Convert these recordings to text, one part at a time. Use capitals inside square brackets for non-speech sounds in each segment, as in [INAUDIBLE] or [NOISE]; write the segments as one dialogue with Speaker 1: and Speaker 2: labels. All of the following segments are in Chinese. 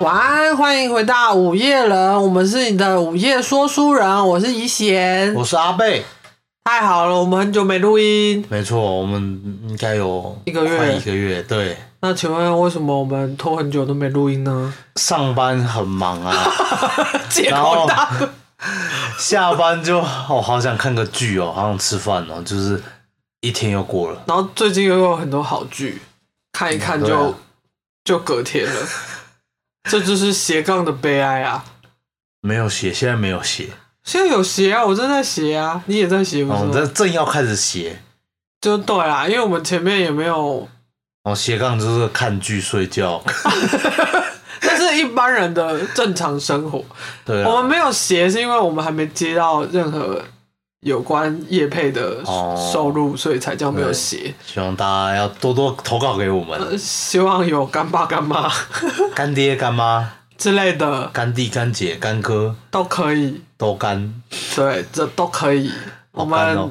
Speaker 1: 晚安，欢迎回到午夜人，我们是你的午夜说书人，我是怡贤。
Speaker 2: 我是阿贝，
Speaker 1: 太好了，我们很久没录音。
Speaker 2: 没错，我们应该有
Speaker 1: 一个月
Speaker 2: 快一个月，对，
Speaker 1: 那请问为什么我们拖很久都没录音
Speaker 2: [LAUGHS]
Speaker 1: 呢？
Speaker 2: 上班很忙啊，
Speaker 1: 借
Speaker 2: 然
Speaker 1: 口
Speaker 2: 后
Speaker 1: 大。
Speaker 2: 下班就哦，好想看个剧哦，好想吃饭哦，就是一天又过了，
Speaker 1: 然后最近又有很多好剧，看一看
Speaker 2: 嗯
Speaker 1: 就、
Speaker 2: 对啊
Speaker 1: 就隔天了。这就是斜杠的悲哀啊！
Speaker 2: 没有写，现在没有写，
Speaker 1: 现在有斜啊，我正在斜啊，你也在斜不
Speaker 2: 然后哦我
Speaker 1: 是
Speaker 2: 们
Speaker 1: 吗？
Speaker 2: 正正要开始写，
Speaker 1: 就对啊啦，因为我们前面也没有，
Speaker 2: 然后哦斜杠就是看剧睡觉， [LAUGHS]
Speaker 1: 那是一般人的正常生活。
Speaker 2: 对
Speaker 1: 我
Speaker 2: 啊，
Speaker 1: 们没有斜，是因为我们还没接到任何有关业配的
Speaker 2: 哦
Speaker 1: 收入，所以才叫没有斜。
Speaker 2: 希望大家要多多投稿给我们，
Speaker 1: 呃希望有干爸干妈 [LAUGHS]
Speaker 2: 干爹、干妈、
Speaker 1: 之类的
Speaker 2: 干弟、干姐、干哥
Speaker 1: 都可以，
Speaker 2: 都干，
Speaker 1: 对，这都可以。我
Speaker 2: 好
Speaker 1: 们
Speaker 2: 干哦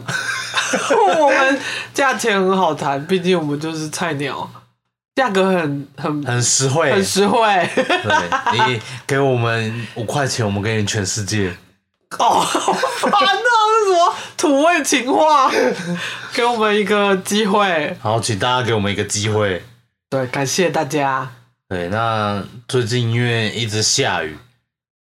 Speaker 1: 我们 [LAUGHS] 价钱很好谈，毕竟我们就是菜鸟，价格很很
Speaker 2: 很实惠，
Speaker 1: 很实惠。 [LAUGHS]
Speaker 2: 对你给我们五块钱，我们给你全世界。
Speaker 1: 哦，好烦哦，这什么土味情话？给我们一个机会，
Speaker 2: 好，请大家给我们一个机会。
Speaker 1: 对，感谢大家。
Speaker 2: 对，那最近因为一直下雨，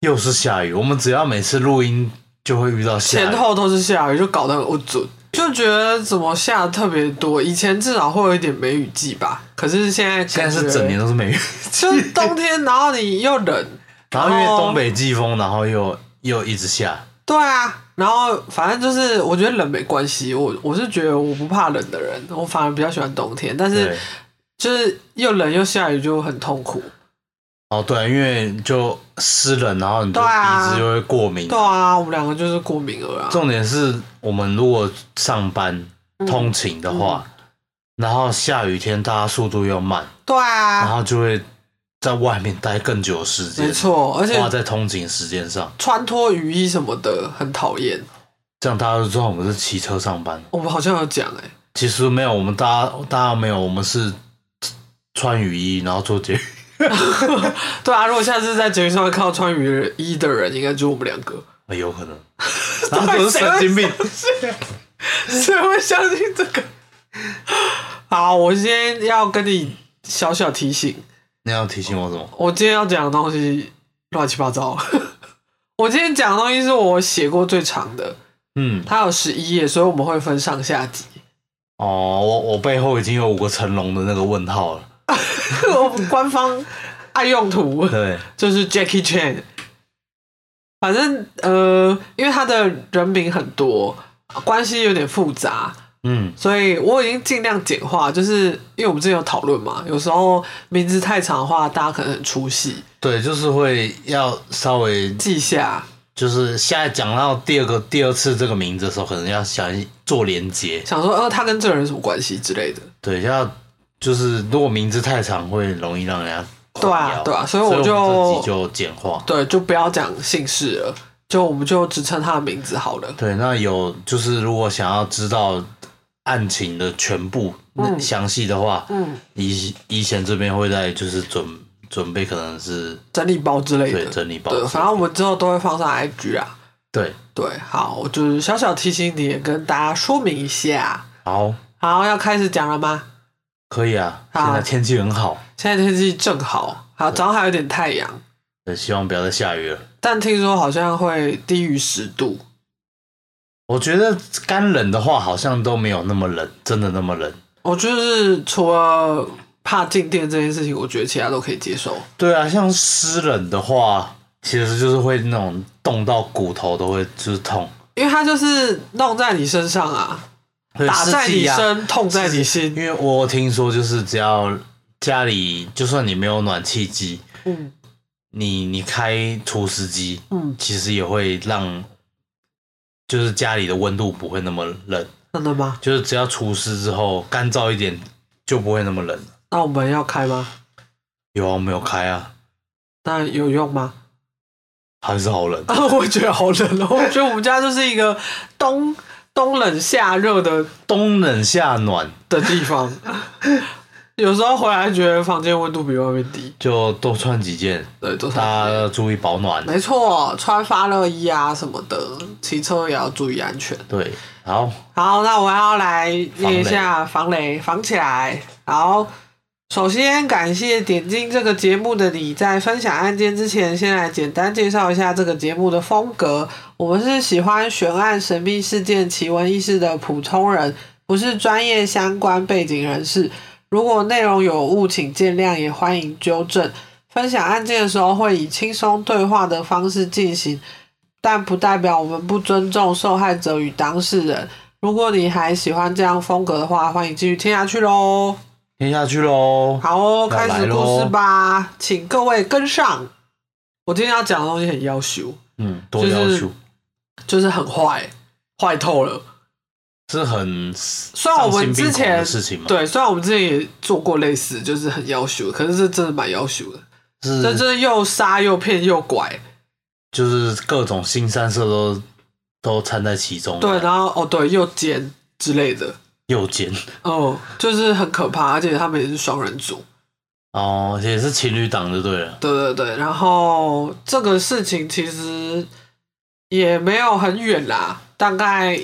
Speaker 2: 又是下雨，我们只要每次录音就会遇到下
Speaker 1: 前
Speaker 2: 雨。
Speaker 1: 后都是下雨，就搞得很不准，就觉得怎么下得特别多。以前至少会有一点梅雨季吧，可是现在
Speaker 2: 现
Speaker 1: 感
Speaker 2: 在
Speaker 1: 觉
Speaker 2: 是整年都是梅雨，
Speaker 1: 就是冬天，然后你又冷，
Speaker 2: 然后因为东北季风，然后又又一直下。
Speaker 1: 对啊，然后反正就是我觉得冷没关系，我我是觉得我不怕冷的人，我反而比较喜欢冬天，但是
Speaker 2: 对，
Speaker 1: 就是又冷又下雨就很痛苦。
Speaker 2: 哦对，因为就湿冷，然后你就
Speaker 1: 对啊
Speaker 2: 鼻子就会过敏。
Speaker 1: 对啊，我们两个就是过敏儿啊，
Speaker 2: 重点是我们如果上班
Speaker 1: 嗯
Speaker 2: 通勤的话，然后下雨天大家速度又慢，
Speaker 1: 对
Speaker 2: 然
Speaker 1: 啊，
Speaker 2: 后就会在外面待更久的时间，
Speaker 1: 没，错，而且
Speaker 2: 花在通勤时间上，
Speaker 1: 穿脱雨衣什么的很讨厌。
Speaker 2: 这样大家都知道我们是骑车上班。
Speaker 1: 我们好像有讲哎、
Speaker 2: 其实没有，我们大家大家没有，我们是穿雨衣然后做节目。
Speaker 1: 对啊，如果下次在节目上面看到穿雨衣的人，应该就是我们两个。
Speaker 2: [LAUGHS]
Speaker 1: [LAUGHS]
Speaker 2: 哎有 [LAUGHS] 可能，然后都是神经病。
Speaker 1: 谁会相信这个？ [LAUGHS] 好，我今天要跟你小小提醒，
Speaker 2: 你要提醒我什么？
Speaker 1: 我今天要讲的东西乱七八糟。 [LAUGHS] 我今天讲的东西是我写过最长的，
Speaker 2: 嗯，
Speaker 1: 它有十一页，所以我们会分上下集。 [LAUGHS]
Speaker 2: 哦，我我背后已经有五个成龙的那个问号了。
Speaker 1: 我们官方爱用
Speaker 2: [LAUGHS]
Speaker 1: 途。
Speaker 2: 对，
Speaker 1: 就是 Jackie Chan。反正呃，因为他的人名很多，关系有点复杂，
Speaker 2: 嗯，
Speaker 1: 所以我已经尽量简化。就是因为我们之前有讨论嘛，有时候名字太长的话，大家可能很出戏，
Speaker 2: 对，就是会要稍微，
Speaker 1: 记下。
Speaker 2: 就是现在讲到第二个第二次这个名字的时候，可能要想做连接。
Speaker 1: 想说，呃，他跟这个人有什么关系之类的。
Speaker 2: 对，要就是如果名字太长，会容易让人家
Speaker 1: 对啊
Speaker 2: 混淆
Speaker 1: 对啊所
Speaker 2: 所
Speaker 1: 以我就
Speaker 2: 们自己就简化。
Speaker 1: 对，就不要讲姓氏了，就我们就只称他的名字好了。
Speaker 2: 对，那有就是如果想要知道案情的全部那详细的话，
Speaker 1: 嗯，
Speaker 2: 以以前这边会在就是准准备可能是
Speaker 1: 整理包之类
Speaker 2: 对
Speaker 1: 的。
Speaker 2: 整理报
Speaker 1: 对，
Speaker 2: 纸
Speaker 1: 反，正我们之后都会放上 IG 啊。
Speaker 2: 对，
Speaker 1: 对，好，我就是小小提醒你，也跟大家说明一下。
Speaker 2: 好，
Speaker 1: 好，要开始讲了吗？
Speaker 2: 可以啊，
Speaker 1: 好
Speaker 2: 现在天气很好，
Speaker 1: 现在天气正好，好，早上还有点太阳，
Speaker 2: 对，希望不要再下雨了。
Speaker 1: 但听说好像会低于十度。
Speaker 2: 我觉得干冷的话，好像都没有那么冷，真的那么冷。
Speaker 1: 我就是除了怕静电这件事情，我觉得其他都可以接受。
Speaker 2: 对啊，像湿冷的话，其实就是会那种冻到骨头都会就是痛，
Speaker 1: 因为它就是弄在你身上啊，
Speaker 2: 会
Speaker 1: 打在
Speaker 2: 湿气
Speaker 1: 你
Speaker 2: 啊。
Speaker 1: 身，痛在你
Speaker 2: 因
Speaker 1: 心。
Speaker 2: 为我听说，就是只要家里就算你没有暖气机，
Speaker 1: 嗯
Speaker 2: 你你开除湿机，
Speaker 1: 嗯，
Speaker 2: 其实也会让就是家里的温度不会那么冷，
Speaker 1: 真的吗？
Speaker 2: 就是只要除湿之后干燥一点就不会那么冷了。
Speaker 1: 那我们要开吗？
Speaker 2: 有啊，我没有开啊，
Speaker 1: 那有用吗？ [LAUGHS]
Speaker 2: 还是好冷。
Speaker 1: 啊，我觉得好冷哦，我觉得我们家就是一个冬冬冷夏热的
Speaker 2: 冬冷夏暖，
Speaker 1: 的地方。 [LAUGHS] 有时候回来觉得房间温度比外面低，
Speaker 2: 就多穿几件，
Speaker 1: 对，多
Speaker 2: 大
Speaker 1: 少
Speaker 2: 家
Speaker 1: 天？
Speaker 2: 要注意保暖。
Speaker 1: 没错，穿发热衣啊什么的，骑车也要注意安全。
Speaker 2: 对，好，
Speaker 1: 好，那我要来念一下防雷，防起来。好，首先感谢点进这个节目的你，在分享案件之前，先来简单介绍一下这个节目的风格。我们是喜欢悬案、神秘事件、奇闻异事的普通人，不是专业相关背景人士。如果内容有误，请见谅，也欢迎纠正。分享案件的时候，会以轻松对话的方式进行，但不代表我们不尊重受害者与当事人。如果你还喜欢这样风格的话，欢迎继续听下去喽。
Speaker 2: 听下去喽。
Speaker 1: 好哦，
Speaker 2: 那
Speaker 1: 开
Speaker 2: 来
Speaker 1: 始
Speaker 2: 咯
Speaker 1: 故事吧，请各位跟上。我今天要讲的东西很要求，
Speaker 2: 嗯，多
Speaker 1: 就是
Speaker 2: 要求，
Speaker 1: 就是很坏，坏透了。
Speaker 2: 是很
Speaker 1: 虽然我
Speaker 2: 丧
Speaker 1: 们
Speaker 2: 心病
Speaker 1: 之
Speaker 2: 狂的
Speaker 1: 前
Speaker 2: 事情嘛，
Speaker 1: 对，虽然我们之前也做过类似，就是很要求，可是这真的蛮要求的，这
Speaker 2: 是
Speaker 1: 真的又杀又骗又拐。
Speaker 2: 就是各种新三色都都掺在其中，啊
Speaker 1: 对，，然后哦对，又奸之类的，
Speaker 2: 右肩
Speaker 1: 哦，就是很可怕，而且他们也是双人组。
Speaker 2: 哦，也是情侣档就对了，
Speaker 1: 对对对，然后这个事情其实也没有很远啦，大概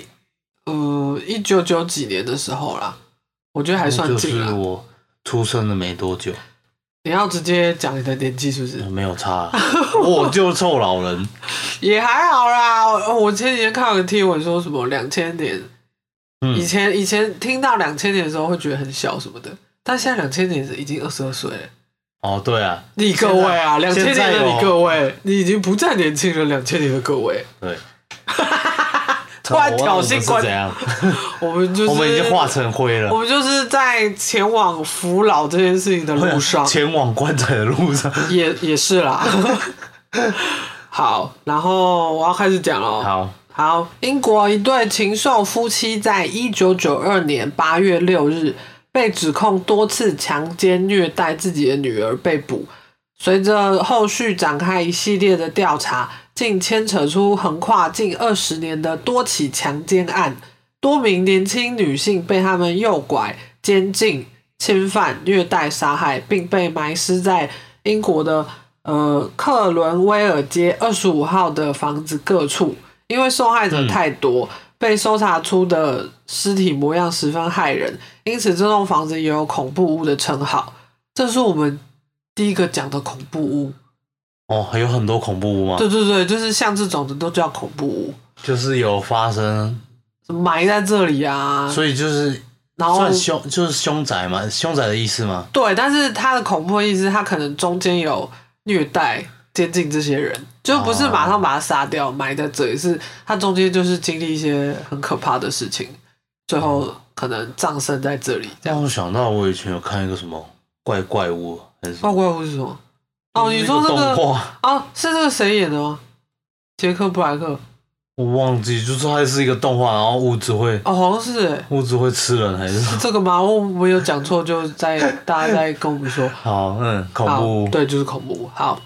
Speaker 1: 呃一九九几年的时候啦，我觉得还算
Speaker 2: 就
Speaker 1: 近啊
Speaker 2: 是
Speaker 1: 啦。
Speaker 2: 我出生的没多久，
Speaker 1: 你要直接讲你的年纪是不是？
Speaker 2: 没有差
Speaker 1: [LAUGHS]
Speaker 2: 啊，我就臭老人，
Speaker 1: 也还好啦。我我前几天看了个贴文说什么两千年，以
Speaker 2: 嗯，
Speaker 1: 前以前听到两千年的时候会觉得很小什么的，但现在两千年已经二十二岁了。
Speaker 2: 哦，对啊，
Speaker 1: 你各位啊，两
Speaker 2: 现在
Speaker 1: 千年的
Speaker 2: 现在有
Speaker 1: 你各位，你已经不再年轻了。两千年的各位，
Speaker 2: 对，
Speaker 1: [LAUGHS] 突然
Speaker 2: 我
Speaker 1: 挑
Speaker 2: 我们
Speaker 1: 衅
Speaker 2: 是
Speaker 1: 观
Speaker 2: 怎样？
Speaker 1: 我们就是
Speaker 2: 我们已经化成灰了
Speaker 1: 我。们就是在前往扶老这件事情的路上，
Speaker 2: 前往棺材的路上。
Speaker 1: 也也是
Speaker 2: [LAUGHS]
Speaker 1: 啦。好，然后我要开始讲了。哦
Speaker 2: 好，
Speaker 1: 好，英国一对禽兽夫妻在一九九二年八月六日被指控多次强奸虐待自己的女儿被捕。随着后续展开一系列的调查，竟牵扯出横跨近二十年的多起强奸案，多名年轻女性被他们诱拐、监禁、侵犯、虐待、杀害，并被埋尸在英国的呃克伦威尔街二十五号的房子各处。因为受害者
Speaker 2: 嗯
Speaker 1: 太多，被搜查出的尸体模样十分骇人，因此这栋房子也有恐怖屋的称号。这是我们第一个讲的恐怖屋。
Speaker 2: 哦，还有很多恐怖屋吗？
Speaker 1: 对对对，就是像这种的都叫恐怖屋，
Speaker 2: 就是有发生，
Speaker 1: 什么埋在这里啊。
Speaker 2: 所以就是
Speaker 1: 然后
Speaker 2: 算凶，就是凶宅嘛，凶宅的意思吗？
Speaker 1: 对，但是他的恐怖的意思，他可能中间有虐待、监禁这些人，就不
Speaker 2: 哦
Speaker 1: 是马上把他杀掉、埋在这里，是他中间就是经历一些很可怕的事情，最
Speaker 2: 嗯
Speaker 1: 后可能葬身在这里。这样
Speaker 2: 让我想到我以前有看一个什么怪怪物，还是什
Speaker 1: 怪
Speaker 2: 么
Speaker 1: 怪物是什么？哦，你说那
Speaker 2: 那
Speaker 1: 个
Speaker 2: 动画，
Speaker 1: 哦，是这个谁演的吗？杰克布莱克
Speaker 2: 我忘记，就是它是一个动画，然后物质会
Speaker 1: 哦，好像是
Speaker 2: [LAUGHS]
Speaker 1: 哎，
Speaker 2: 物质会吃人还是什
Speaker 1: 是
Speaker 2: 么？
Speaker 1: 这个吗？我没有讲错，就在大家在跟我们说。
Speaker 2: 好，嗯， [LAUGHS] 恐
Speaker 1: 好，
Speaker 2: 怖屋，
Speaker 1: 对，就是恐怖屋。好，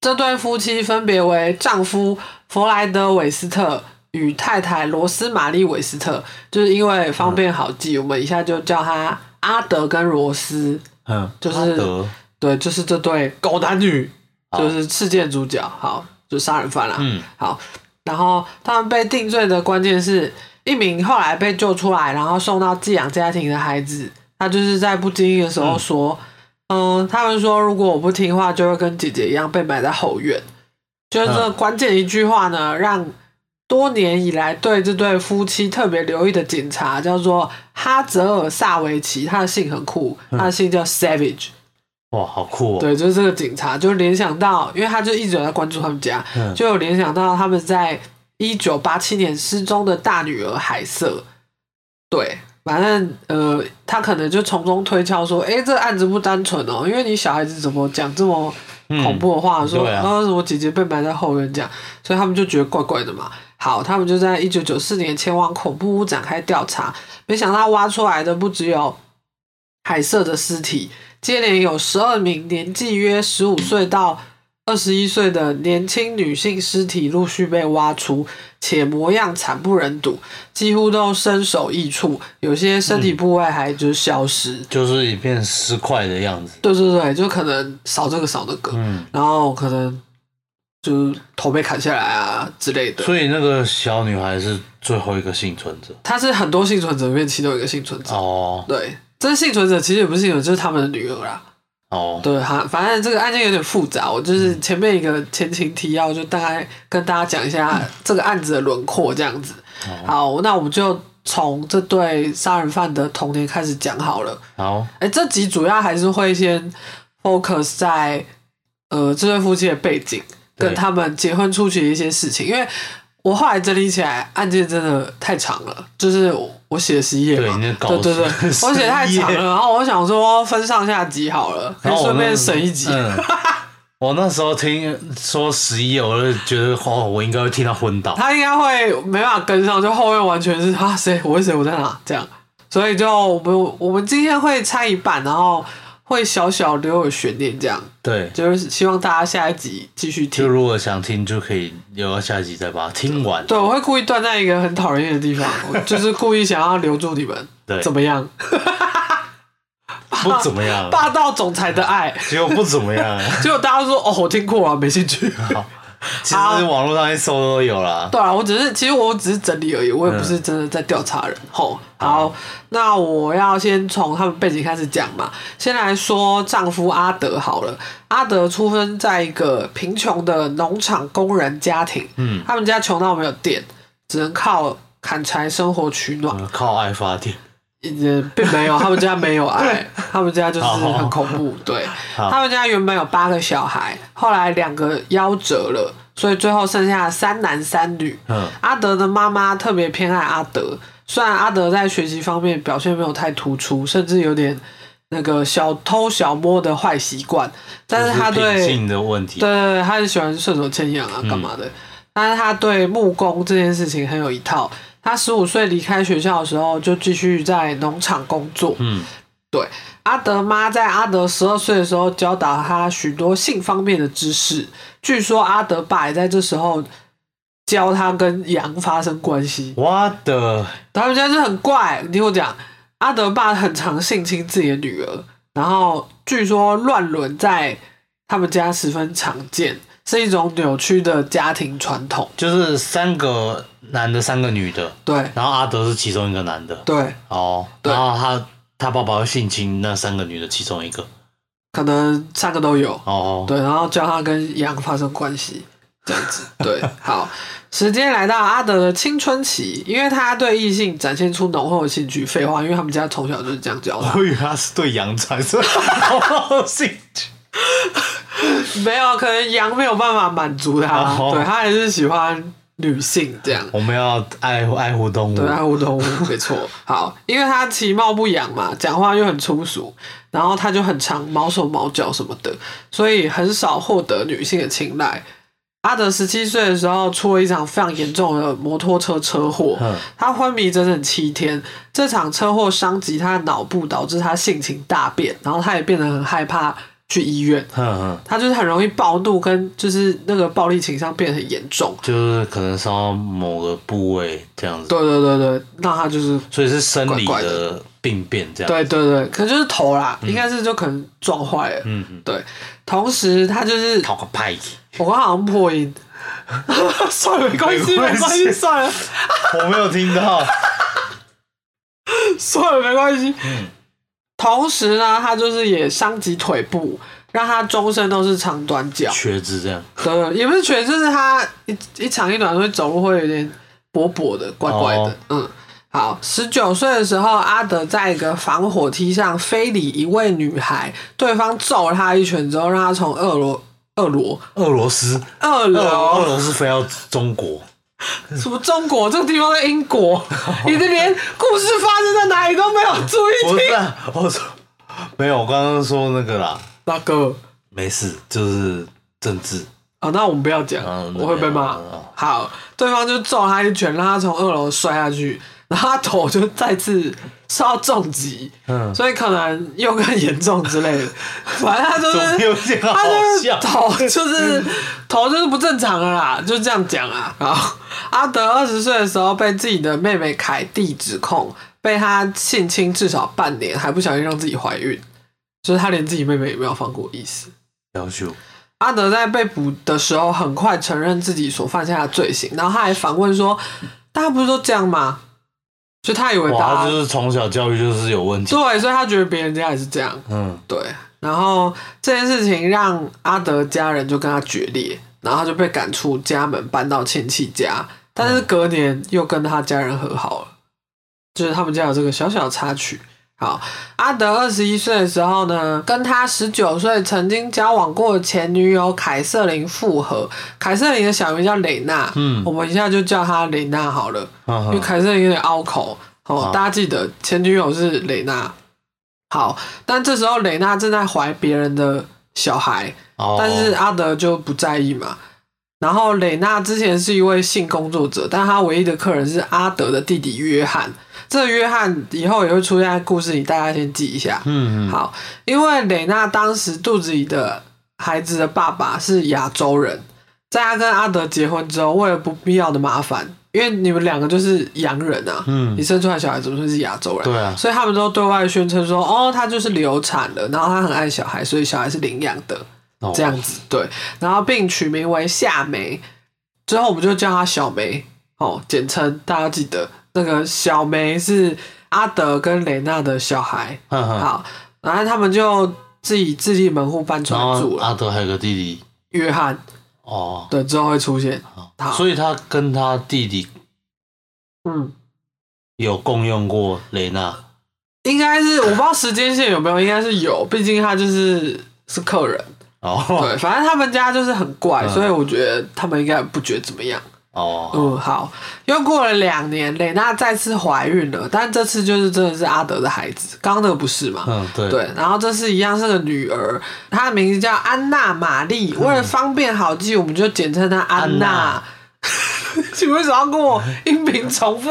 Speaker 1: 这对夫妻分别为丈夫弗莱德·韦斯特与太太罗斯玛丽·韦斯特，就是因为方便好记，我们一下就叫他阿德跟罗斯。
Speaker 2: 嗯，
Speaker 1: 就是啊
Speaker 2: 阿德，
Speaker 1: 对，就是这对狗男女，
Speaker 2: 好
Speaker 1: 就是事件主角，好，就杀人犯啦。
Speaker 2: 嗯，
Speaker 1: 好，然后他们被定罪的关键是一名后来被救出来，然后送到寄养家庭的孩子，他就是在不经意的时候说，嗯、他们说如果我不听话，就会跟姐姐一样被埋在后院。就是这
Speaker 2: 嗯
Speaker 1: 关键一句话呢，让多年以来对这对夫妻特别留意的警察叫做哈泽尔·萨维奇，他的姓很酷，他的姓叫 Savage。
Speaker 2: 哇，好酷哦，
Speaker 1: 对，就是这个警察，就联想到，因为他就一直有在关注他们家，
Speaker 2: 嗯
Speaker 1: 就有联想到他们在一九八七年失踪的大女儿海瑟。对，反正呃，他可能就从中推敲说，诶，这个案子不单纯哦，因为你小孩子怎么讲这么
Speaker 2: 嗯
Speaker 1: 恐怖的话，说
Speaker 2: 对啊
Speaker 1: 呃什么姐姐被埋在后院这样，所以他们就觉得怪怪的嘛。好，他们就在一九九四年前往恐怖屋展开调查，没想到挖出来的不只有海瑟的尸体，接连有十二名年纪约十五岁到二十一岁的年轻女性尸体陆续被挖出，且模样惨不忍睹，几乎都身首异处，有些身体部位还就是消失。
Speaker 2: 就是一片尸块的样子。
Speaker 1: 对对对，就可能少这个少那个，
Speaker 2: 嗯，
Speaker 1: 然后可能就是头被砍下来啊之类的。
Speaker 2: 所以那个小女孩是最后一个幸存者。
Speaker 1: 她是很多幸存者里面其中一个幸存者。
Speaker 2: 哦
Speaker 1: 对，这是幸存者其实也不是幸存者，就是他们的女儿啦。
Speaker 2: 哦，
Speaker 1: 对，哈，反正这个案件有点复杂，我就是
Speaker 2: 嗯
Speaker 1: 前面一个前情提要，就大概跟大家讲一下
Speaker 2: 嗯
Speaker 1: 这个案子的轮廓这样子。
Speaker 2: 哦
Speaker 1: 好，那我们就从这对杀人犯的童年开始讲好了。
Speaker 2: 好，
Speaker 1: 哎、这集主要还是会先 focus 在呃这对夫妻的背景
Speaker 2: 对
Speaker 1: 跟他们结婚初期的一些事情，因为我后来整理起来，案件真的太长了，就是我我写了十一页
Speaker 2: 对
Speaker 1: 嘛，
Speaker 2: 你的稿
Speaker 1: 对对对，
Speaker 2: 是
Speaker 1: 我写太长
Speaker 2: 11页
Speaker 1: 了，然后我想说分上下集好了，可
Speaker 2: 然
Speaker 1: 以
Speaker 2: 后我
Speaker 1: 顺
Speaker 2: 那
Speaker 1: 便省一集。
Speaker 2: 嗯，
Speaker 1: [LAUGHS]
Speaker 2: 我那时候听说十一，我就觉得哦，我应该会听到昏倒。
Speaker 1: 他应该会没办法跟上，就后面完全是啊谁我是谁我在哪这样，所以就我们我们今天会拆一半，然后会小小留有悬念这样。
Speaker 2: 对，
Speaker 1: 就是希望大家下一集继续
Speaker 2: 就
Speaker 1: 听。
Speaker 2: 如果想听，就可以留到下一集再把它
Speaker 1: [LAUGHS]
Speaker 2: 听完。
Speaker 1: 对，我会故意断在一个很讨人厌的
Speaker 2: [LAUGHS]
Speaker 1: 地方，我就是故意想要留住你们。
Speaker 2: 对
Speaker 1: 怎么样？
Speaker 2: 不怎么样，
Speaker 1: 霸道总裁的
Speaker 2: [LAUGHS]
Speaker 1: 爱，
Speaker 2: 结果不怎么样。
Speaker 1: [LAUGHS] 结果大家说哦，我听过啊，没兴趣。
Speaker 2: [LAUGHS] 其实网络上面搜都有啦。
Speaker 1: 对啊，我只是其实我只是整理而已，我也不是真的在调查人。吼、好，那我要先从他们背景开始讲嘛。先来说丈夫阿德好了，阿德出生在一个贫穷的农场工人家庭，
Speaker 2: 嗯，
Speaker 1: 他们家穷到没有电，只能靠砍柴生活取暖。
Speaker 2: 呃靠爱发电。
Speaker 1: 也呃并没有，他们家没有
Speaker 2: [LAUGHS]
Speaker 1: 爱，他们家就是很恐怖。对，
Speaker 2: 好
Speaker 1: 他们家原本有八个小孩，后来两个夭折了，所以最后剩下三男三女。
Speaker 2: 嗯
Speaker 1: 阿德的妈妈特别偏爱阿德，虽然阿德在学习方面表现没有太突出，甚至有点那个小偷小摸的坏习惯，但是他
Speaker 2: 就是
Speaker 1: 对
Speaker 2: 品性的问题。
Speaker 1: 对对对，他很喜欢顺手牵羊啊，干嘛的？但是他对木工这件事情很有一套。他十五岁离开学校的时候，就继续在农场工作。
Speaker 2: 嗯，
Speaker 1: 对，阿德妈在阿德十二岁的时候教导他许多性方面的知识。据说阿德爸也在这时候教他跟羊发生关系。
Speaker 2: 我的
Speaker 1: 他们家就很怪，你听我讲，阿德爸很常性侵自己的女儿，然后据说乱伦在他们家十分常见，是一种扭曲的家庭传统。
Speaker 2: 就是三个男的，三个女的，
Speaker 1: 对
Speaker 2: 然后阿德是其中一个男的。
Speaker 1: 对，
Speaker 2: 哦，
Speaker 1: 对
Speaker 2: 然后他他爸爸会性侵那三个女的其中一个。
Speaker 1: 可能三个都有。
Speaker 2: 哦，
Speaker 1: 对，然后教他跟羊发生关系，这样子。对，好，时间来到阿德的青春期，因为他对异性展现出浓厚的兴趣。废话，因为他们家从小就是这样教他。
Speaker 2: 我以为他是 [LAUGHS] 对羊产生好兴趣。
Speaker 1: 没有，啊可能羊没有办法满足他，
Speaker 2: 哦
Speaker 1: 对他还是喜欢女性这样。
Speaker 2: 我们要爱护爱护动物。
Speaker 1: 对，啊爱护动物，没错。好，因为他其貌不扬嘛，讲话又很粗俗，然后他就很常毛手毛脚什么的，所以很少获得女性的青睐。阿德十七岁的时候出了一场非常严重的摩托车车祸
Speaker 2: 嗯，
Speaker 1: 他昏迷整整七天。这场车祸伤及他的脑部，导致他性情大变，然后他也变得很害怕去医院。
Speaker 2: 哼哼，
Speaker 1: 他就是很容易暴怒，跟就是那个暴力倾向变得很严重。
Speaker 2: 就是可能伤到某个部位这样子，
Speaker 1: 对对对对，那他就是
Speaker 2: 所以是生理
Speaker 1: 怪怪
Speaker 2: 的病变这样。
Speaker 1: 对对对，可能就是头啦，应该是就可能撞坏了。
Speaker 2: 嗯嗯，
Speaker 1: 对，同时他就是
Speaker 2: 讨个派，
Speaker 1: 我刚好像破音， [LAUGHS] 算了，没关系，
Speaker 2: 没
Speaker 1: 没
Speaker 2: 关系
Speaker 1: 关系，算了，
Speaker 2: 我没有听到。
Speaker 1: 算了，没关系。
Speaker 2: 嗯
Speaker 1: 同时呢，他就是也伤及腿部，让他终身都是长短脚。
Speaker 2: [LAUGHS] 瘸子这样，
Speaker 1: 对，也不是瘸，就是他一一长一短，所以走路会有点跛跛的、怪怪的。
Speaker 2: 哦
Speaker 1: 嗯，好，十九岁的时候，阿德在一个防火梯上非礼一位女孩，对方揍了他一拳之后，让他从二楼、二楼、
Speaker 2: 俄罗斯，
Speaker 1: 二
Speaker 2: 俄俄
Speaker 1: 楼，
Speaker 2: 罗斯飞到中国，
Speaker 1: 什么中国这个地方在英
Speaker 2: [LAUGHS]
Speaker 1: 国，你的连故事发生在哪里都没有注意
Speaker 2: 不
Speaker 1: 听
Speaker 2: 是。啊、我说没有，我刚刚说那个啦，
Speaker 1: 大哥，
Speaker 2: 没事，就是政治，
Speaker 1: 啊，那我们不要讲，
Speaker 2: 嗯
Speaker 1: 我会被骂
Speaker 2: 嗯嗯嗯。
Speaker 1: 好，对方就揍他一拳，让他从二楼摔下去，然后他头就再次受到重击，
Speaker 2: 嗯，
Speaker 1: 所以可能又更严重之类的。反正他就
Speaker 2: 怎么
Speaker 1: 是
Speaker 2: 有点好
Speaker 1: 他就是
Speaker 2: 笑？
Speaker 1: 头就是头就是不正常了啦，就这样讲啊。然后阿德二十岁的时候被自己的妹妹凯蒂指控被他性侵至少半年，还不小心让自己怀孕，就是他连自己妹妹也没有放过意思。
Speaker 2: 要求
Speaker 1: 阿德在被捕的时候，很快承认自己所犯下的罪行，然后他还反问说：“大家不是都这样吗？”就他以为
Speaker 2: 哇，
Speaker 1: 大
Speaker 2: 他
Speaker 1: 家
Speaker 2: 就是从小教育就是有问题。
Speaker 1: 对，所以他觉得别人家也是这样。
Speaker 2: 嗯，
Speaker 1: 对，然后这件事情让阿德家人就跟他决裂，然后他就被赶出家门，搬到亲戚家。但是隔年又跟他家人和好了，就是他们家有这个小小的插曲。好，阿德二十一岁的时候呢，跟他十九岁曾经交往过的前女友凯瑟琳复合。凯瑟琳的小名叫蕾娜，
Speaker 2: 嗯
Speaker 1: 我们一下就叫她蕾娜好了，
Speaker 2: 哈
Speaker 1: 因为
Speaker 2: 哈
Speaker 1: 凯瑟琳有点拗口。哦
Speaker 2: 好，
Speaker 1: 大家记得前女友是蕾娜。好，但这时候蕾娜正在怀别人的小孩，
Speaker 2: 哦
Speaker 1: 但是阿德就不在意嘛。然后蕾娜之前是一位性工作者，但她唯一的客人是阿德的弟弟约翰。这个约翰以后也会出现在故事里，大家先记一下。
Speaker 2: 嗯嗯，
Speaker 1: 好，因为蕾娜当时肚子里的孩子的爸爸是亚洲人，在她跟阿德结婚之后，为了不必要的麻烦，因为你们两个就是洋人啊，
Speaker 2: 嗯
Speaker 1: 你生出来小孩怎么会是亚洲人？
Speaker 2: 对啊
Speaker 1: 所以他们都对外宣称说，哦，他就是流产了，然后他很爱小孩，所以小孩是领养的
Speaker 2: 哦
Speaker 1: 这样子，对，然后并取名为夏梅，之后我们就叫她小梅，哦，简称大家记得那个小梅是阿德跟蕾娜的小孩，
Speaker 2: 哼哼
Speaker 1: 好，然后他们就自己自立门户搬出
Speaker 2: 然
Speaker 1: 来
Speaker 2: 后
Speaker 1: 住了。
Speaker 2: 阿德还有个弟弟
Speaker 1: 约翰
Speaker 2: 哦，
Speaker 1: 对之后会出现，
Speaker 2: 好
Speaker 1: 好
Speaker 2: 所以他跟他弟弟
Speaker 1: 嗯，
Speaker 2: 有共用过雷娜。
Speaker 1: 应该是我不知道时间线有没有，应该是有，毕竟他就是是客人，
Speaker 2: 哦
Speaker 1: 对，反正他们家就是很怪，
Speaker 2: 嗯
Speaker 1: 所以我觉得他们应该不觉得怎么样。
Speaker 2: 哦，
Speaker 1: 嗯，好，又过了两年，蕾娜再次怀孕了，但这次就是真的是阿德的孩子，刚刚那个不是嘛？
Speaker 2: 嗯对，
Speaker 1: 对，然后这是一样是个女儿，她的名字叫安娜玛丽。为了方便好记，我们就简称她安
Speaker 2: 嗯安
Speaker 1: 娜 [LAUGHS]
Speaker 2: 娜。
Speaker 1: 你为什么要跟我音频重
Speaker 2: [LAUGHS]
Speaker 1: 复？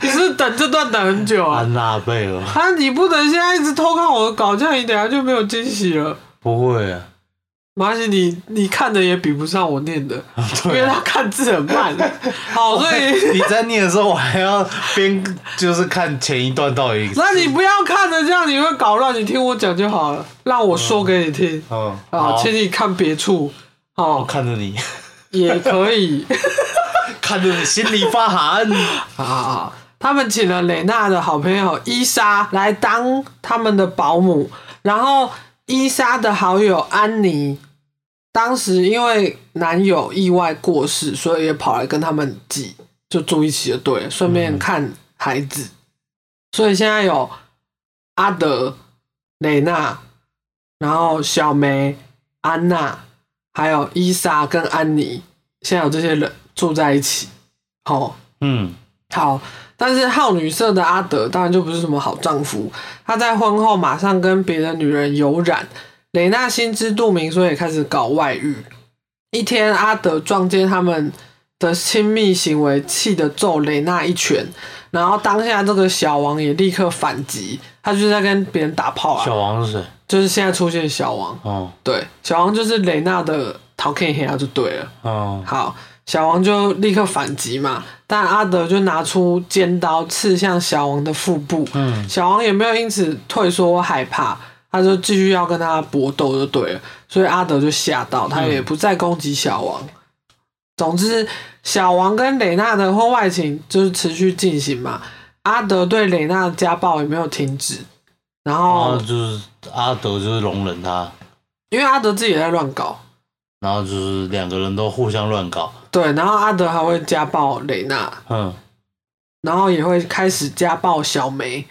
Speaker 1: 你是不是等这段等很久啊？
Speaker 2: 安娜贝尔
Speaker 1: 啊，你不能现在一直偷看我的稿，这样你等下就没有惊喜了。
Speaker 2: 不会啊，
Speaker 1: 马西，你你看的也比不上我念
Speaker 2: [LAUGHS]
Speaker 1: 的，因
Speaker 2: 对
Speaker 1: 为
Speaker 2: 啊
Speaker 1: 他看字很慢。
Speaker 2: [LAUGHS]
Speaker 1: 好，所以
Speaker 2: 你在念的时候，我还要边就是看前一段到底。
Speaker 1: 那你不要看着这样，你会搞乱。你听我讲就好了，让我说给你听。
Speaker 2: 嗯，
Speaker 1: 啊，
Speaker 2: 好，
Speaker 1: 请你看别处。哦
Speaker 2: 我，看着你，
Speaker 1: 也可以
Speaker 2: [LAUGHS] 看着你心里发寒。
Speaker 1: 啊。他们请了蕾娜的好朋友伊莎来当他们的保姆，然后伊莎的好友安妮，当时因为男友意外过世，所以也跑来跟他们挤，就住一起就对了，顺便看孩子。所以现在有阿德、蕾娜，然后小梅、安娜，还有伊莎跟安妮，现在有这些人住在一起。好、
Speaker 2: 嗯，
Speaker 1: 好，但是好女色的阿德当然就不是什么好丈夫。他在婚后马上跟别的女人有染，蕾娜心知肚明，所以也开始搞外遇。一天，阿德撞见他们的亲密行为，气得揍蕾娜一拳，然后当下这个小王也立刻反击，他就是在跟别人打炮啊，
Speaker 2: 小王是谁？
Speaker 1: 就是现在出现的小王，
Speaker 2: 哦
Speaker 1: 对，小王就是蕾娜的陶 K 黑啊，就对了。
Speaker 2: 哦，
Speaker 1: 好，小王就立刻反击嘛，但阿德就拿出尖刀刺向小王的腹部，
Speaker 2: 嗯
Speaker 1: 小王也没有因此退缩或害怕，他就继续要跟他搏斗就对了，所以阿德就吓到，他也不再攻击小王。总之，小王跟蕾娜的婚外情就是持续进行嘛，阿德对蕾娜的家暴也没有停止，然
Speaker 2: 然
Speaker 1: 后
Speaker 2: 后就是阿德就是容忍他，
Speaker 1: 因为阿德自己也在乱搞，
Speaker 2: 然后就是两个人都互相乱搞。
Speaker 1: 对，然后阿德还会家暴蕾娜，
Speaker 2: 嗯，
Speaker 1: 然后也会开始家暴小梅。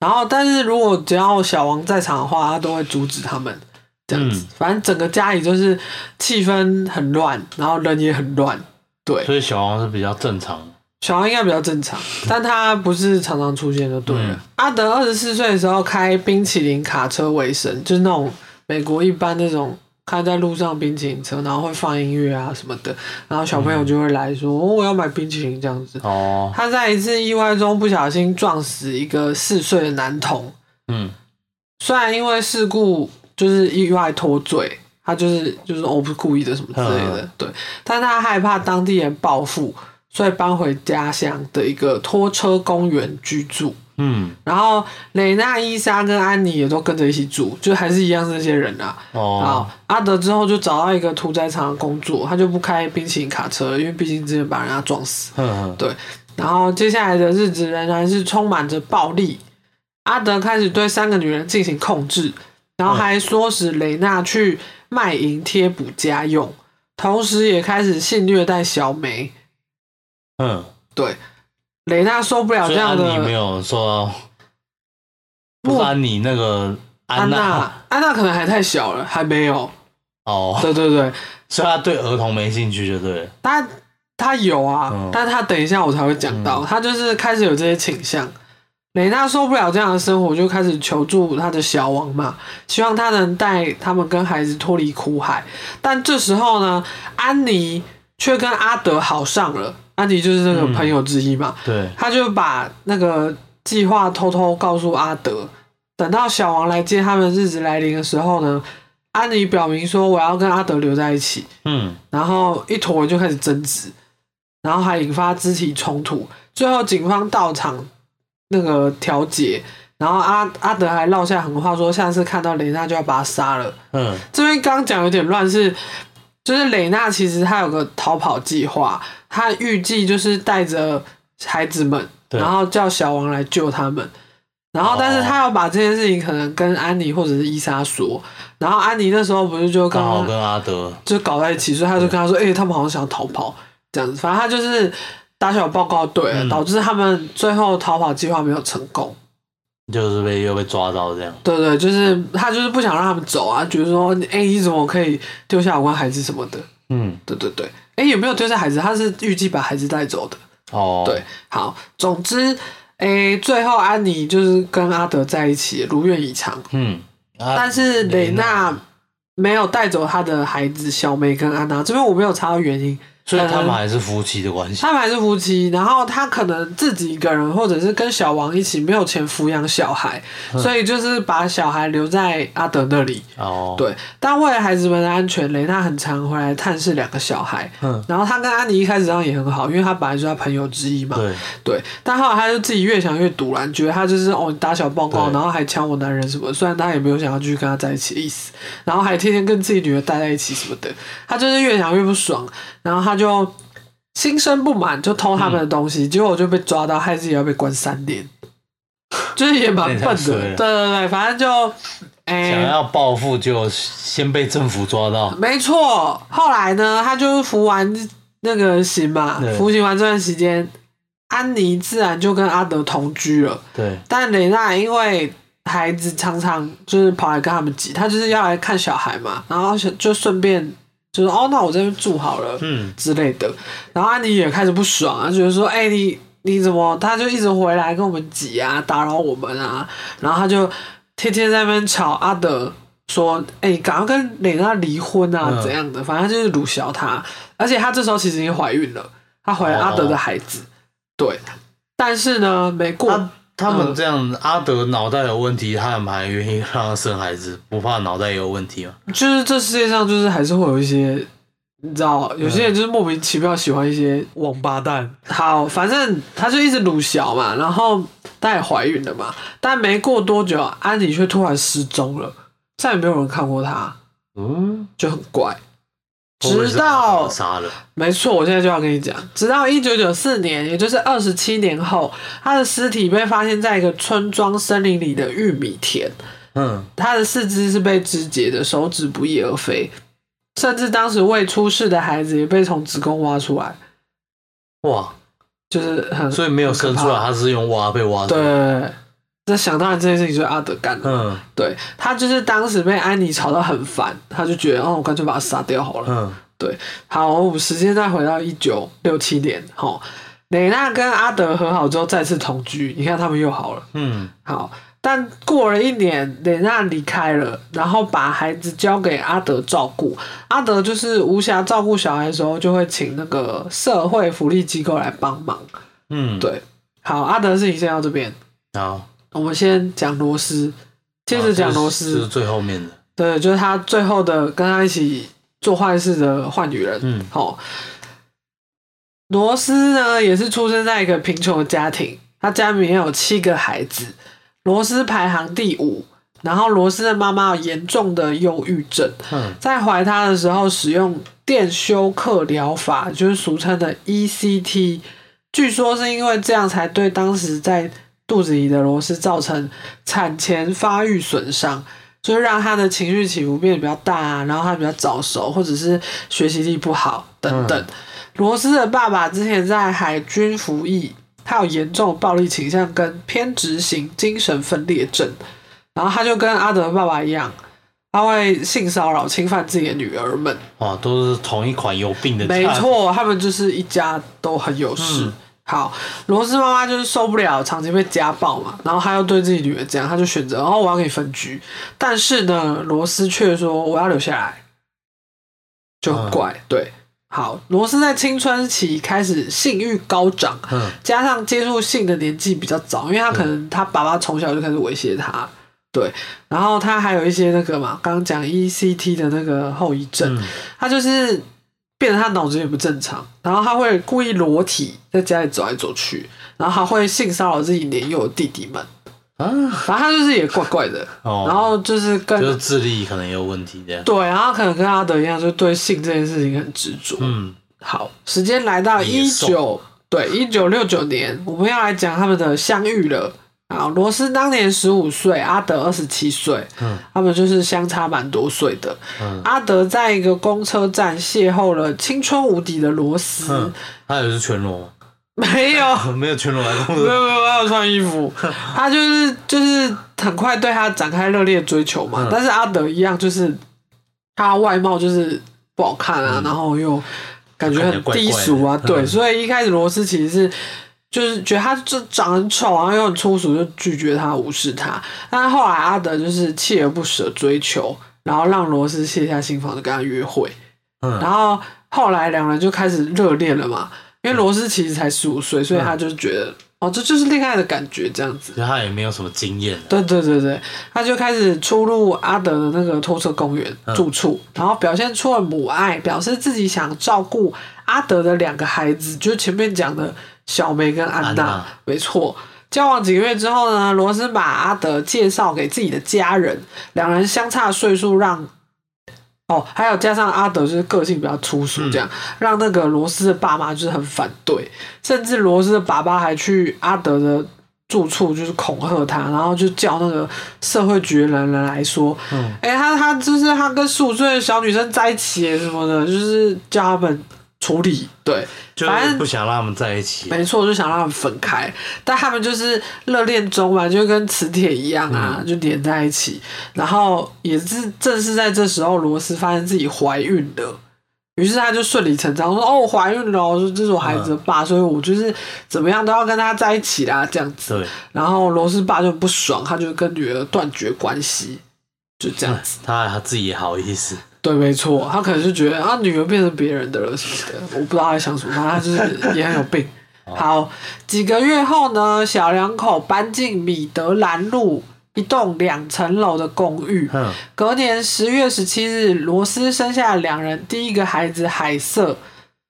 Speaker 1: 然后，但是如果只要小王在场的话，他都会阻止他们这样子。
Speaker 2: 嗯
Speaker 1: 反正整个家里就是气氛很乱，然后人也很乱。对，
Speaker 2: 所以小王是比较正常的。
Speaker 1: 小王应该比较正常，但他不是常常出现就对了。
Speaker 2: 嗯
Speaker 1: 阿德二十四岁的时候开冰淇淋卡车为生，就是那种美国一般那种开在路上冰淇淋车，然后会放音乐啊什么的，然后小朋友就会来说：“哦，我要买冰淇淋。”这样子。
Speaker 2: 哦，
Speaker 1: 他在一次意外中不小心撞死一个四岁的男童，
Speaker 2: 嗯，
Speaker 1: 虽然因为事故就是意外脱罪，他就是就是我不是故意的什么之类的，对，但他害怕当地人报复，所以搬回家乡的一个拖车公园居住。
Speaker 2: 嗯，
Speaker 1: 然后蕾娜、伊莎跟安妮也都跟着一起住，就还是一样是那些人啊。
Speaker 2: 哦
Speaker 1: 好，，阿德之后就找到一个屠宰场的工作，他就不开冰淇淋卡车了，因为毕竟之前把人家撞死。
Speaker 2: 哼哼，
Speaker 1: 对，然后接下来的日子仍然是充满着暴力。阿德开始对三个女人进行控制，然后还唆使雷娜去卖淫贴补家用，同时也开始性虐待小梅。
Speaker 2: 嗯，
Speaker 1: 对，雷娜受不了
Speaker 2: 所
Speaker 1: 这
Speaker 2: 以
Speaker 1: 样
Speaker 2: 安妮没
Speaker 1: 的
Speaker 2: 有说，不
Speaker 1: 莫
Speaker 2: 是安妮那个安
Speaker 1: 安
Speaker 2: 娜，
Speaker 1: 娜，安娜可能还太小了，还没有。
Speaker 2: 哦，
Speaker 1: 对对对，
Speaker 2: 所以她对儿童没兴趣，就对了，
Speaker 1: 她她有啊，
Speaker 2: 嗯
Speaker 1: 但她等一下我才会讲到，她就是开始有这些倾向。雷娜受不了这样的生活，就开始求助她的小王嘛，希望她能带他们跟孩子脱离苦海。但这时候呢，安妮却跟阿德好上了，安妮就是那个朋友之一嘛，
Speaker 2: 对，
Speaker 1: 她就把那个计划偷偷告诉阿德。等到小王来接他们日子来临的时候呢，安妮表明说我要跟阿德留在一起，
Speaker 2: 嗯，
Speaker 1: 然后一坨人就开始争执，然后还引发肢体冲突。最后警方到场那个调解，然后阿阿德还撂下狠话说，下次看到雷娜就要把他杀了。
Speaker 2: 嗯，
Speaker 1: 这边刚讲有点乱是，就是蕾娜其实她有个逃跑计划，她预计就是带着孩子们，
Speaker 2: 对
Speaker 1: 然后叫小王来救他们。然后，但是
Speaker 2: 哦
Speaker 1: 她要把这件事情可能跟安妮或者是伊莎说，然后安妮那时候不是就刚
Speaker 2: 刚好
Speaker 1: 刚
Speaker 2: 跟阿德，
Speaker 1: 就搞在一起，所以他就
Speaker 2: 嗯
Speaker 1: 跟他说：“哎、他们好像想逃跑，这样子。”反正他就是打小报告对了，
Speaker 2: 嗯
Speaker 1: 导致他们最后逃跑计划没有成功。
Speaker 2: 就是被又被抓到这样，
Speaker 1: 对对，就是他就是不想让他们走啊，觉得说：“哎、你怎么可以丢下我跟孩子什么的
Speaker 2: 嗯，？”
Speaker 1: 对对对，哎、也没有丢下孩子，他是预计把孩子带走的。
Speaker 2: 哦，
Speaker 1: 对，，好，总之，哎、最后安妮就是跟阿德在一起，如愿以偿。
Speaker 2: 嗯，啊
Speaker 1: 但是蕾娜没有带走她的孩子小梅跟安娜，这边我没有查到原因。
Speaker 2: 所以他
Speaker 1: 嗯
Speaker 2: 们还是夫妻的关系，
Speaker 1: 他们还是夫妻，然后他可能自己一个人，或者是跟小王一起，没有钱抚养小孩，
Speaker 2: 嗯
Speaker 1: 所以就是把小孩留在阿德那里。
Speaker 2: 哦，，
Speaker 1: 对，但为了孩子们的安全，雷娜很常回来探视两个小孩。
Speaker 2: 嗯，
Speaker 1: 然后他跟安妮一开始上也很好，因为他本来就是他朋友之一嘛。
Speaker 2: 对，
Speaker 1: 对，但后来他就自己越想越堵然，觉得他就是哦，你打小报告，
Speaker 2: 对
Speaker 1: 然后还抢我男人什么的。虽然他也没有想要继续跟他在一起的意思，然后还天天跟自己女儿待在一起什么的，他就是越想越不爽，然后他就心生不满，就偷他们
Speaker 2: 嗯
Speaker 1: 的东西，结果就被抓到，害自己要被关三年，就是也蛮
Speaker 2: 那也
Speaker 1: 笨
Speaker 2: 太
Speaker 1: 的。
Speaker 2: 衰
Speaker 1: 对对
Speaker 2: 了
Speaker 1: 对，反正就哎。
Speaker 2: 想要报复就先被政府抓到，
Speaker 1: 没错，后来呢，他就是服完那个刑嘛
Speaker 2: 对，
Speaker 1: 服刑完这段时间，安妮自然就跟阿德同居了。
Speaker 2: 对，
Speaker 1: 但蕾娜因为孩子常常就是跑来跟他们挤，她就是要来看小孩嘛，然后就顺便就是哦，那我这边住好了，
Speaker 2: 嗯，
Speaker 1: 之类的。然后安妮也开始不爽啊，觉得说，哎、你你怎么？他就一直回来跟我们挤啊，打扰我们啊。然后他就天天在那边吵阿德，说，哎、你赶快跟蕾娜离婚啊，
Speaker 2: 嗯
Speaker 1: 怎样的？反正就是辱小她。而且她这时候其实已经怀孕了，她怀了阿德
Speaker 2: 哦
Speaker 1: 的孩子。对，但是呢，没过。
Speaker 2: 他他们
Speaker 1: 嗯
Speaker 2: 这样，阿德脑袋有问题，他们还愿意让他生孩子，不怕脑袋有问题吗？
Speaker 1: 就是这世界上就是还是会有一些，你知道，有些人就是莫名其妙喜欢一些王八蛋。好，反正他就一直鲁小嘛，然后她也怀孕了嘛，但没过多久，安妮却突然失踪了，再也没有人看过她，
Speaker 2: 嗯，
Speaker 1: 就很怪。
Speaker 2: 会不会是
Speaker 1: 直到
Speaker 2: 阿德杀了，
Speaker 1: 没错，我现在就要跟你讲，直到一九九四年，也就是二十七年后，她的尸体被发现在一个村庄森林里的玉米田。
Speaker 2: 嗯，
Speaker 1: 他的四肢是被肢解的，手指不翼而飞，甚至当时未出世的孩子也被从子宫挖出来，
Speaker 2: 哇，
Speaker 1: 就是很
Speaker 2: 所以没有生出来，他是用挖被挖出来，
Speaker 1: 对。那想当然这件事情就是阿德干的，
Speaker 2: 嗯
Speaker 1: 对他就是当时被安妮吵到很烦，他就觉得哦，我干脆把他杀掉好了。
Speaker 2: 嗯，
Speaker 1: 对，好，我们时间再回到一九六七年，吼，蕾娜跟阿德和好之后再次同居，你看他们又好了。
Speaker 2: 嗯，
Speaker 1: 好，但过了一年，蕾娜离开了，然后把孩子交给阿德照顾。阿德就是无暇照顾小孩的时候，就会请那个社会福利机构来帮忙。
Speaker 2: 嗯，
Speaker 1: 对，好，阿德事情先到这边，
Speaker 2: 好，
Speaker 1: 我们先讲罗斯，接
Speaker 2: 好
Speaker 1: 着讲
Speaker 2: 这
Speaker 1: 罗
Speaker 2: 个是这
Speaker 1: 斯
Speaker 2: 是。最后面的，
Speaker 1: 对，就是他最后的跟他一起做坏事的坏女人。
Speaker 2: 嗯
Speaker 1: 好，罗斯呢也是出生在一个贫穷的家庭，他家里面有七个孩子，罗斯排行第五。然后罗斯的妈妈有严重的忧郁症，
Speaker 2: 嗯
Speaker 1: 在怀他的时候使用电休克疗法，就是俗称的 E ECT。据说是因为这样才对当时在肚子里的罗斯造成产前发育损伤，就是让他的情绪起伏变得比较大、啊，然后他比较早熟，或者是学习力不好等等。罗斯的爸爸之前在海军服役，他有严重的暴力倾向跟偏执型精神分裂症，然后他就跟阿德的爸爸一样，他会性骚扰、侵犯自己的女儿们。
Speaker 2: 哇，都是同一款有病的，
Speaker 1: 没，错，他们就是一家都很有事。
Speaker 2: 嗯
Speaker 1: 好，罗斯妈妈就是受不了长期被家暴嘛，然后她又对自己女儿这样，她就选择哦，我要跟你分居。但是呢，罗斯却说我要留下来，就
Speaker 2: 嗯
Speaker 1: 很怪。对，好，罗斯在青春期开始性欲高涨，
Speaker 2: 嗯
Speaker 1: 加上接触性的年纪比较早，因为他可能他爸爸从小就开始威胁他，对，然后他还有一些那个嘛，刚刚讲 ECT 的那个后遗症，
Speaker 2: 嗯
Speaker 1: 他就是变得他脑子也不正常，然后他会故意裸体在家里走来走去，然后他会性骚扰自己年幼的弟弟们，
Speaker 2: 啊，
Speaker 1: 反正他就是也怪怪的，
Speaker 2: 哦
Speaker 1: 然后就是跟
Speaker 2: 就是智力可能有问题这样，
Speaker 1: 对，然后可能跟阿德一样，就对性这件事情很执着，
Speaker 2: 嗯，
Speaker 1: 好，时间来到
Speaker 2: 野
Speaker 1: 一
Speaker 2: 兽
Speaker 1: 九对一九六九年，我们要来讲他们的相遇了。啊，罗斯当年十五岁，阿德二十七岁，
Speaker 2: 嗯，
Speaker 1: 他们就是相差蛮多岁的。
Speaker 2: 嗯
Speaker 1: 阿德在一个公车站邂逅了青春无敌的罗斯，
Speaker 2: 嗯，他也是全裸 [LAUGHS] 吗？
Speaker 1: 没有，
Speaker 2: 没有全裸来工
Speaker 1: 没
Speaker 2: 作，
Speaker 1: 有没有，他有穿衣服， [LAUGHS] 他就是就是很快对他展开热烈追求嘛。
Speaker 2: 嗯
Speaker 1: 但是阿德一样，就是他外貌就是不好看啊，然后又感觉很低俗啊，
Speaker 2: 看起来怪怪的
Speaker 1: 对，
Speaker 2: 嗯
Speaker 1: 所以一开始罗斯其实是。就是觉得他这长得很丑，然后又很粗俗，就拒绝他，无视他。但后来阿德就是锲而不舍追求，然后让罗斯卸下心防，就跟他约会。
Speaker 2: 嗯
Speaker 1: 然后后来两人就开始热恋了嘛，因为罗斯其实才十五岁，所以他就觉得、哦，这就是恋爱的感觉这样子。
Speaker 2: 其实他也没有什么经验啊，
Speaker 1: 对对对对，他就开始出入阿德的那个拖车公园
Speaker 2: 嗯
Speaker 1: 住处，然后表现出了母爱，表示自己想照顾阿德的两个孩子，就是前面讲的小梅跟安娜，
Speaker 2: 安娜
Speaker 1: 没错。交往几个月之后呢，罗斯把阿德介绍给自己的家人，两人相差岁数让。哦，还有加上阿德就是个性比较粗俗，这样、
Speaker 2: 嗯
Speaker 1: 让那个罗斯的爸妈就是很反对，甚至罗斯的爸爸还去阿德的住处就是恐吓他，然后就叫那个社会局的人来说，哎、
Speaker 2: 嗯
Speaker 1: 他他就是他跟十五岁的小女生在一起什么的，就是叫他们处理，对，
Speaker 2: 就
Speaker 1: 反
Speaker 2: 是
Speaker 1: 正
Speaker 2: 不想让他们在一起，啊
Speaker 1: 没错，就想让他们分开，但他们就是热恋中嘛，就跟磁铁一样啊，就连在一起。然后也是正是在这时候，罗斯发现自己怀孕了，于是他就顺理成章说：“哦，我怀孕了哦，这是我孩子的爸，所以我就是怎么样都要跟他在一起啦，这样子。”
Speaker 2: 对，
Speaker 1: 然后罗斯爸就很不爽，他就跟女儿断绝关系，就这样子。
Speaker 2: 他他自己也好意思，
Speaker 1: 对，没错，他可能是觉得啊，女儿变成别人的了什么的，我不知道他在想什么，反正他就是 [LAUGHS] 也很有病。好，几个月后呢，小两口搬进米德兰路一栋两层楼的公寓。
Speaker 2: 嗯
Speaker 1: 隔年十月十七日，罗斯生下了两人第一个孩子海瑟，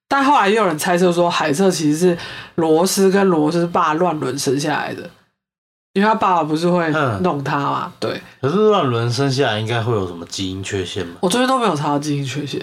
Speaker 1: 但后来又有人猜测说，海瑟其实是罗斯跟罗斯爸乱伦生下来的，因为他爸爸不是会
Speaker 2: 嗯
Speaker 1: 弄他嘛？对
Speaker 2: 可是乱伦生下来应该会有什么基因缺陷吧？
Speaker 1: 我这边都没有查到基因缺陷，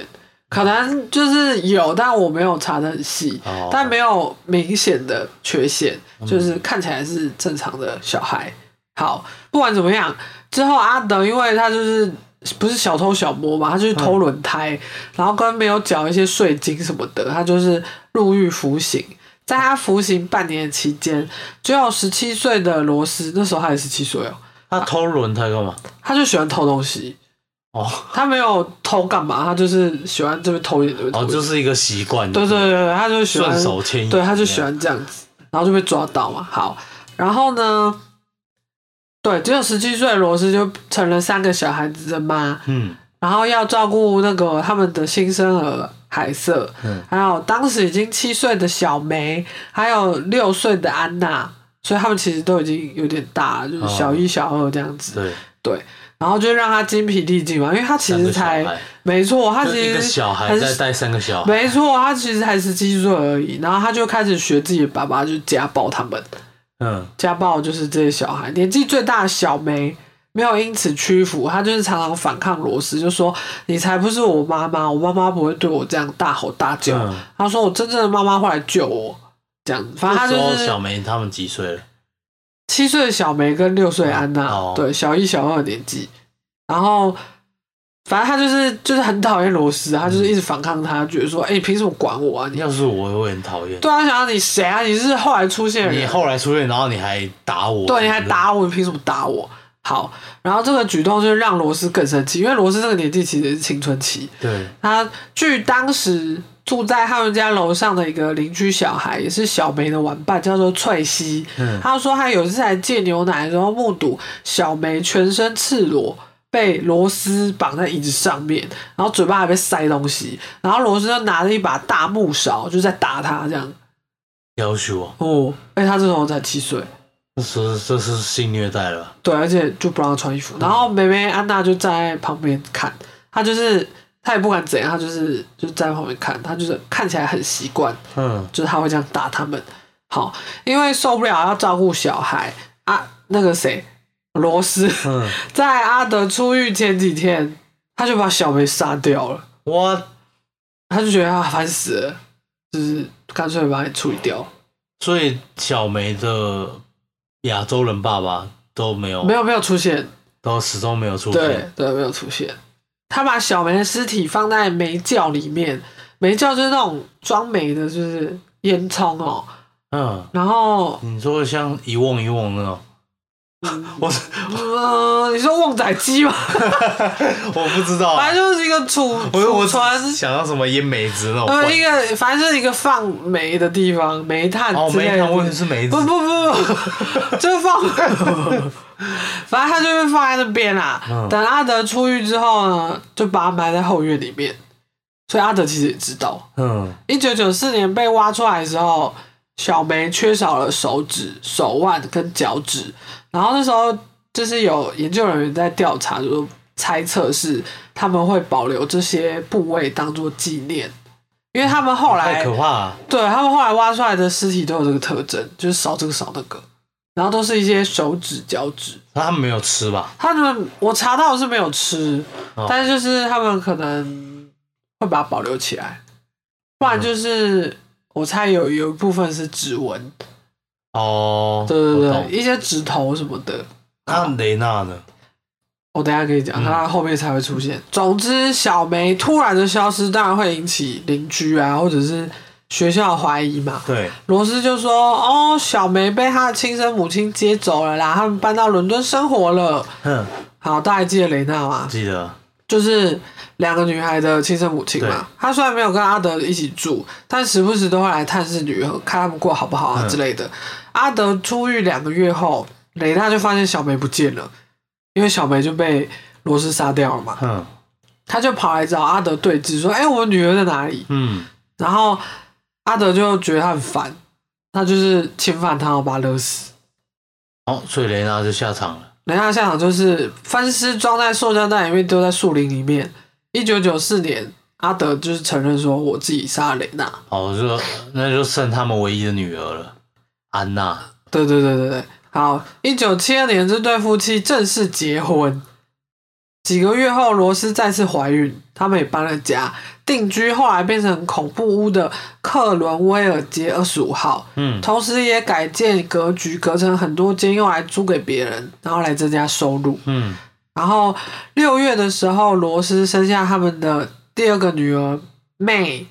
Speaker 1: 可能就是有，但我没有查的很细，
Speaker 2: 哦
Speaker 1: 但没有明显的缺陷，就是看起来是正常的小孩。好，不管怎么样，之后阿德因为他就是不是小偷小摸嘛，他就是偷轮胎，然后跟没有缴一些税金什么的，他就是入狱服刑。在他服刑半年的期间，只有十七岁的罗斯，那时候他也十七岁哦，
Speaker 2: 他偷轮胎干嘛？
Speaker 1: 他就喜欢偷东西。
Speaker 2: 哦
Speaker 1: 他没有偷干嘛，他就是喜欢这边偷一点，这边偷
Speaker 2: 哦，
Speaker 1: 一点。
Speaker 2: 就是一个习惯，
Speaker 1: 对对对对，他就喜欢
Speaker 2: 顺手牵引，
Speaker 1: 对，他就喜欢这样子，然后就被抓到嘛。好，然后呢，对，只有十七岁的罗斯就成了三个小孩子的妈，
Speaker 2: 嗯
Speaker 1: 然后要照顾那个他们的新生儿海瑟，
Speaker 2: 嗯
Speaker 1: 还有当时已经七岁的小梅，还有六岁的安娜，所以他们其实都已经有点大了，
Speaker 2: 哦
Speaker 1: 就是小一、小二这样子。
Speaker 2: 对，
Speaker 1: 对，然后就让他精疲力尽嘛，因为他其
Speaker 2: 三
Speaker 1: 实
Speaker 2: 个小
Speaker 1: 才
Speaker 2: 孩，
Speaker 1: 没错，他
Speaker 2: 就
Speaker 1: 其
Speaker 2: 一
Speaker 1: 实
Speaker 2: 个小
Speaker 1: 还
Speaker 2: 孩
Speaker 1: 是
Speaker 2: 再带三个小孩，
Speaker 1: 没错，他其实才十七岁而已，呃然后他就开始学自己的爸爸，就是家暴他们，
Speaker 2: 嗯
Speaker 1: 家暴就是这些小孩。年纪最大的小梅没有因此屈服，她就是常常反抗罗斯，就说：“你才不是我妈妈，我妈妈不会对我这样大吼大叫。
Speaker 2: 嗯
Speaker 1: 她说：“我真正的妈妈会来救我。”这样子，反正她
Speaker 2: 那时候
Speaker 1: 就是
Speaker 2: 小梅他们几岁了？
Speaker 1: 七岁的小梅跟六岁的安娜，
Speaker 2: 哦
Speaker 1: 对，小一、小二的年纪。然后，反正他就是就是很讨厌罗斯，啊他
Speaker 2: 嗯
Speaker 1: 就是一直反抗他，觉得说，哎、你凭什么管我啊？你
Speaker 2: 要是我，我会很讨厌。
Speaker 1: 对啊，想要你谁啊？你是后来出现的
Speaker 2: 你
Speaker 1: 人，
Speaker 2: 后来出院，然后你还打我，
Speaker 1: 对，你还打我，你凭什么打我？好，然后这个举动就让罗斯更生气，因为罗斯这个年纪其实也是青春期，
Speaker 2: 对，
Speaker 1: 他据当时住在他们家楼上的一个邻居小孩，也是小梅的玩伴，叫做翠西。
Speaker 2: 嗯
Speaker 1: 他说他有一次来借牛奶的时候，目睹小梅全身赤裸。被罗斯绑在椅子上面，然后嘴巴还被塞东西，然后罗斯就拿着一把大木勺就在打他，这样
Speaker 2: 要求我，
Speaker 1: 哦，哎、他这时候才七岁，
Speaker 2: 这是这是性虐待了吧，
Speaker 1: 对，而且就不让他穿衣服。然后妹妹安娜就站在旁边看，她就是她也不管怎样，她就是就站在旁边看，她就是看起来很习惯，
Speaker 2: 嗯，
Speaker 1: 就是她会这样打他们。好，因为受不了要照顾小孩啊，那个谁罗斯
Speaker 2: 嗯
Speaker 1: 在阿德出狱前几天，他就把小梅杀掉了，
Speaker 2: 我
Speaker 1: 他就觉得他烦死了，就是干脆把你处理掉。
Speaker 2: 所以小梅的亚洲人爸爸都没有，
Speaker 1: 没有没有出现，
Speaker 2: 都始终没有出
Speaker 1: 对
Speaker 2: 哦现，
Speaker 1: 对，没有出现。他把小梅的尸体放在煤窖里面，煤窖就是那种装煤的，就是烟囱哦。
Speaker 2: 嗯，
Speaker 1: 然后，
Speaker 2: 你说像一瓮一瓮那种，
Speaker 1: 嗯
Speaker 2: [LAUGHS] 我
Speaker 1: 呃，你说旺仔鸡 [LAUGHS] 嘛，
Speaker 2: 我不知道，啊
Speaker 1: 反正就是一个储
Speaker 2: 我哦我
Speaker 1: 储存，
Speaker 2: 想到什么烟梅子那种罐
Speaker 1: 呃，一个反正就是一个放煤的地方，煤炭
Speaker 2: 哦，
Speaker 1: 之类
Speaker 2: 没
Speaker 1: 的。
Speaker 2: 看过是梅子
Speaker 1: 不，不不 [LAUGHS] 不，就放，反正他就被放在那边啦、
Speaker 2: 嗯
Speaker 1: 等阿德出狱之后呢，就把他埋在后院里面，所以阿德其实也知道。
Speaker 2: 嗯
Speaker 1: 一九九四年被挖出来的时候，小梅缺少了手指、手腕跟脚趾。然后那时候就是有研究人员在调查，就是猜测是他们会保留这些部位当做纪念，因为他们后
Speaker 2: 太
Speaker 1: 来
Speaker 2: 可怕了，
Speaker 1: 对他们后来挖出来的尸体都有这个特征，就是少这个少那个，然后都是一些手指、脚趾。
Speaker 2: 他们没有吃吧？
Speaker 1: 他们我查到是没有吃，
Speaker 2: 哦
Speaker 1: 但是就是他们可能会把它保留起来，不然
Speaker 2: 嗯
Speaker 1: 就是、我猜有有一部分是指纹，
Speaker 2: 哦，
Speaker 1: 对对
Speaker 2: 我
Speaker 1: 对，
Speaker 2: 懂
Speaker 1: 一些指头什么的。
Speaker 2: 那雷娜呢？
Speaker 1: 我等一下可以讲，
Speaker 2: 嗯
Speaker 1: 它后面才会出现。总之，小梅突然的消失，当然会引起邻居啊，或者是学校的怀疑嘛。
Speaker 2: 对，
Speaker 1: 罗斯就说：“哦，小梅被她的亲生母亲接走了啦，他们搬到伦敦生活了。
Speaker 2: 嗯，”
Speaker 1: 好，大家还记得雷娜吗？
Speaker 2: 记得，
Speaker 1: 就是两个女孩的亲生母亲
Speaker 2: 对
Speaker 1: 嘛。她虽然没有跟阿德一起住，但时不时都会来探视女儿，看他们过好不好啊
Speaker 2: 嗯
Speaker 1: 之类的。阿德出狱两个月后，雷娜就发现小梅不见了，因为小梅就被罗斯杀掉了嘛。
Speaker 2: 嗯
Speaker 1: 她就跑来找阿德对峙，说：“哎、我们女儿在哪里
Speaker 2: 嗯，？”
Speaker 1: 然后阿德就觉得她很烦，他就是侵犯她，要把她勒死。
Speaker 2: 哦，所以雷娜就下场了。
Speaker 1: 雷娜下场就是分尸装在塑胶袋里面丢在树林里面。一九九四年，阿德就是承认说我自己杀了雷娜。
Speaker 2: 哦，就那就剩他们唯一的女儿了，安娜。
Speaker 1: 对对对对对，好，一九七二年这对夫妻正式结婚。几个月后，罗斯再次怀孕，他们也搬了家，定居，后来变成恐怖屋的克伦威尔街二十五号。
Speaker 2: 嗯，
Speaker 1: 同时也改建格局，隔成很多间，用来租给别人，然后来增加收入。
Speaker 2: 嗯，
Speaker 1: 然后六月的时候，罗斯生下他们的第二个女儿 May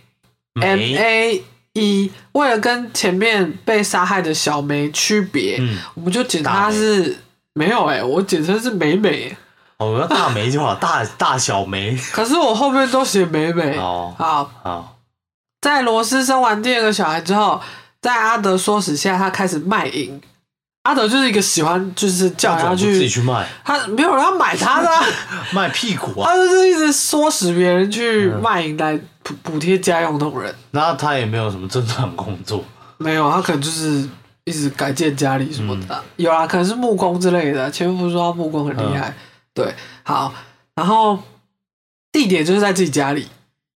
Speaker 1: M
Speaker 2: 梅，
Speaker 1: A E。为了跟前面被杀害的小梅区别，
Speaker 2: 嗯，
Speaker 1: 我们就简称她是没有哎、我简称是美美。
Speaker 2: 哦，要大梅就好，大大
Speaker 1: [LAUGHS]
Speaker 2: 小梅。
Speaker 1: 可是我后面都写美美。
Speaker 2: 哦，
Speaker 1: 好，
Speaker 2: 好，
Speaker 1: 在罗斯生完第二个小孩之后，在阿德唆使下，他开始卖淫，阿德就是一个喜欢就是叫人
Speaker 2: 他
Speaker 1: 家
Speaker 2: 自己
Speaker 1: 去，
Speaker 2: 去卖
Speaker 1: 他没有人要买他的
Speaker 2: [LAUGHS]
Speaker 1: 啊、
Speaker 2: 卖屁股啊
Speaker 1: 他，就是一直唆使别人去卖淫
Speaker 2: 嗯
Speaker 1: 来补补贴家用那种人。
Speaker 2: 然后他也没有什么正常工作，
Speaker 1: 没有，他可能就是一直改建家里什么的啊、
Speaker 2: 嗯
Speaker 1: 有啊，可能是木工之类的。前面不是说他木工很厉
Speaker 2: 嗯
Speaker 1: 害？对，好，然后地点就是在自己家里。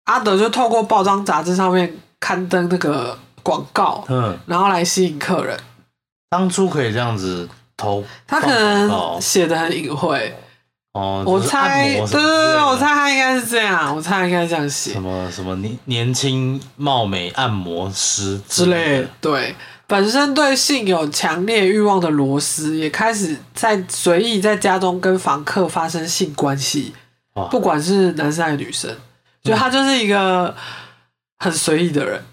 Speaker 1: 阿德就透过报章杂志上面刊登那个广告，
Speaker 2: 嗯，
Speaker 1: 然后来吸引客人。
Speaker 2: 当初可以这样子投，
Speaker 1: 他可能写的很隐晦，
Speaker 2: 哦，
Speaker 1: 我
Speaker 2: 就是按
Speaker 1: 猜，对
Speaker 2: 摩什
Speaker 1: 对
Speaker 2: 么之类
Speaker 1: 对，
Speaker 2: 的
Speaker 1: 我猜他应该是这样，我猜他应该这样写
Speaker 2: 什。么什么年年轻貌美按摩师
Speaker 1: 之类
Speaker 2: 的，。
Speaker 1: 对，本身对性有强烈欲望的罗斯，也开始在随意在家中跟房客发生性关系
Speaker 2: 哇，
Speaker 1: 不管是男生还是女生，就他就是一个很随意的人。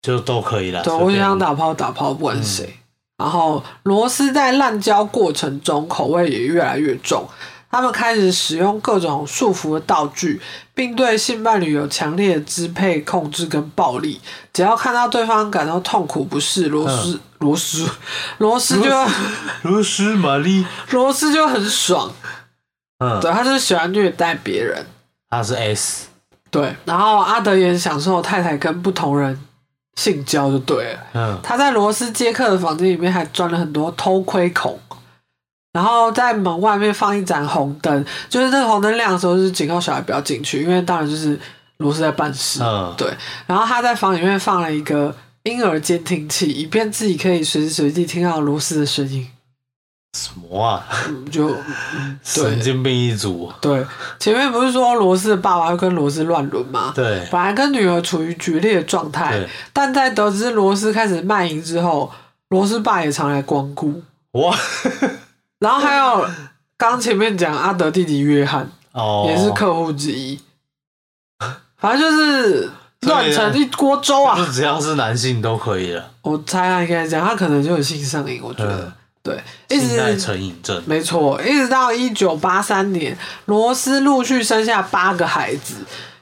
Speaker 2: 就都可以啦。
Speaker 1: 对啊
Speaker 2: 随
Speaker 1: 我就
Speaker 2: 便
Speaker 1: 想打炮打炮，不管是谁。嗯然后罗斯在滥交过程中口味也越来越重，他们开始使用各种束缚的道具，并对性伴侣有强烈的支配、控制跟暴力。只要看到对方感到痛苦不适，罗斯、罗 [LAUGHS] 斯罗斯就 [LAUGHS]
Speaker 2: 如斯玛丽，
Speaker 1: 罗斯就很爽，
Speaker 2: 嗯，
Speaker 1: 对他就是喜欢虐待别人。
Speaker 2: 他是 S，
Speaker 1: 对，然后阿德也享受太太跟不同人性交就对了。
Speaker 2: 嗯，
Speaker 1: 他在罗斯接客的房间里面还钻了很多偷窥孔，然后在门外面放一盏红灯，就是那个红灯亮的时候，就是警告小孩不要进去，因为当然就是罗斯在办事。
Speaker 2: 嗯
Speaker 1: 对，然后他在房里面放了一个婴儿监听器，以便自己可以随时随地听到罗斯的声音。
Speaker 2: 什么啊？
Speaker 1: 嗯就嗯
Speaker 2: 神
Speaker 1: 对
Speaker 2: 经病一族，啊
Speaker 1: 对，前面不是说罗斯的爸爸会跟罗斯乱伦吗？
Speaker 2: 对，
Speaker 1: 本来跟女儿处于决裂的状态
Speaker 2: 对，
Speaker 1: 但在得知罗斯开始卖淫之后，罗斯爸也常来光顾。 [LAUGHS]
Speaker 2: 哇，
Speaker 1: 然后还有刚前面讲阿德弟弟约翰
Speaker 2: 哦，
Speaker 1: 也是客户之一，反正就是乱成一锅粥
Speaker 2: 就 [LAUGHS]
Speaker 1: 啊！
Speaker 2: 只要是男性都可以了，
Speaker 1: 我猜他应该这样，他可能就有性上瘾，我觉得
Speaker 2: 嗯，
Speaker 1: 对，一
Speaker 2: 性爱
Speaker 1: 直
Speaker 2: 成瘾症，
Speaker 1: 没错，一直到一九八三年，罗斯陆续生下八个孩子，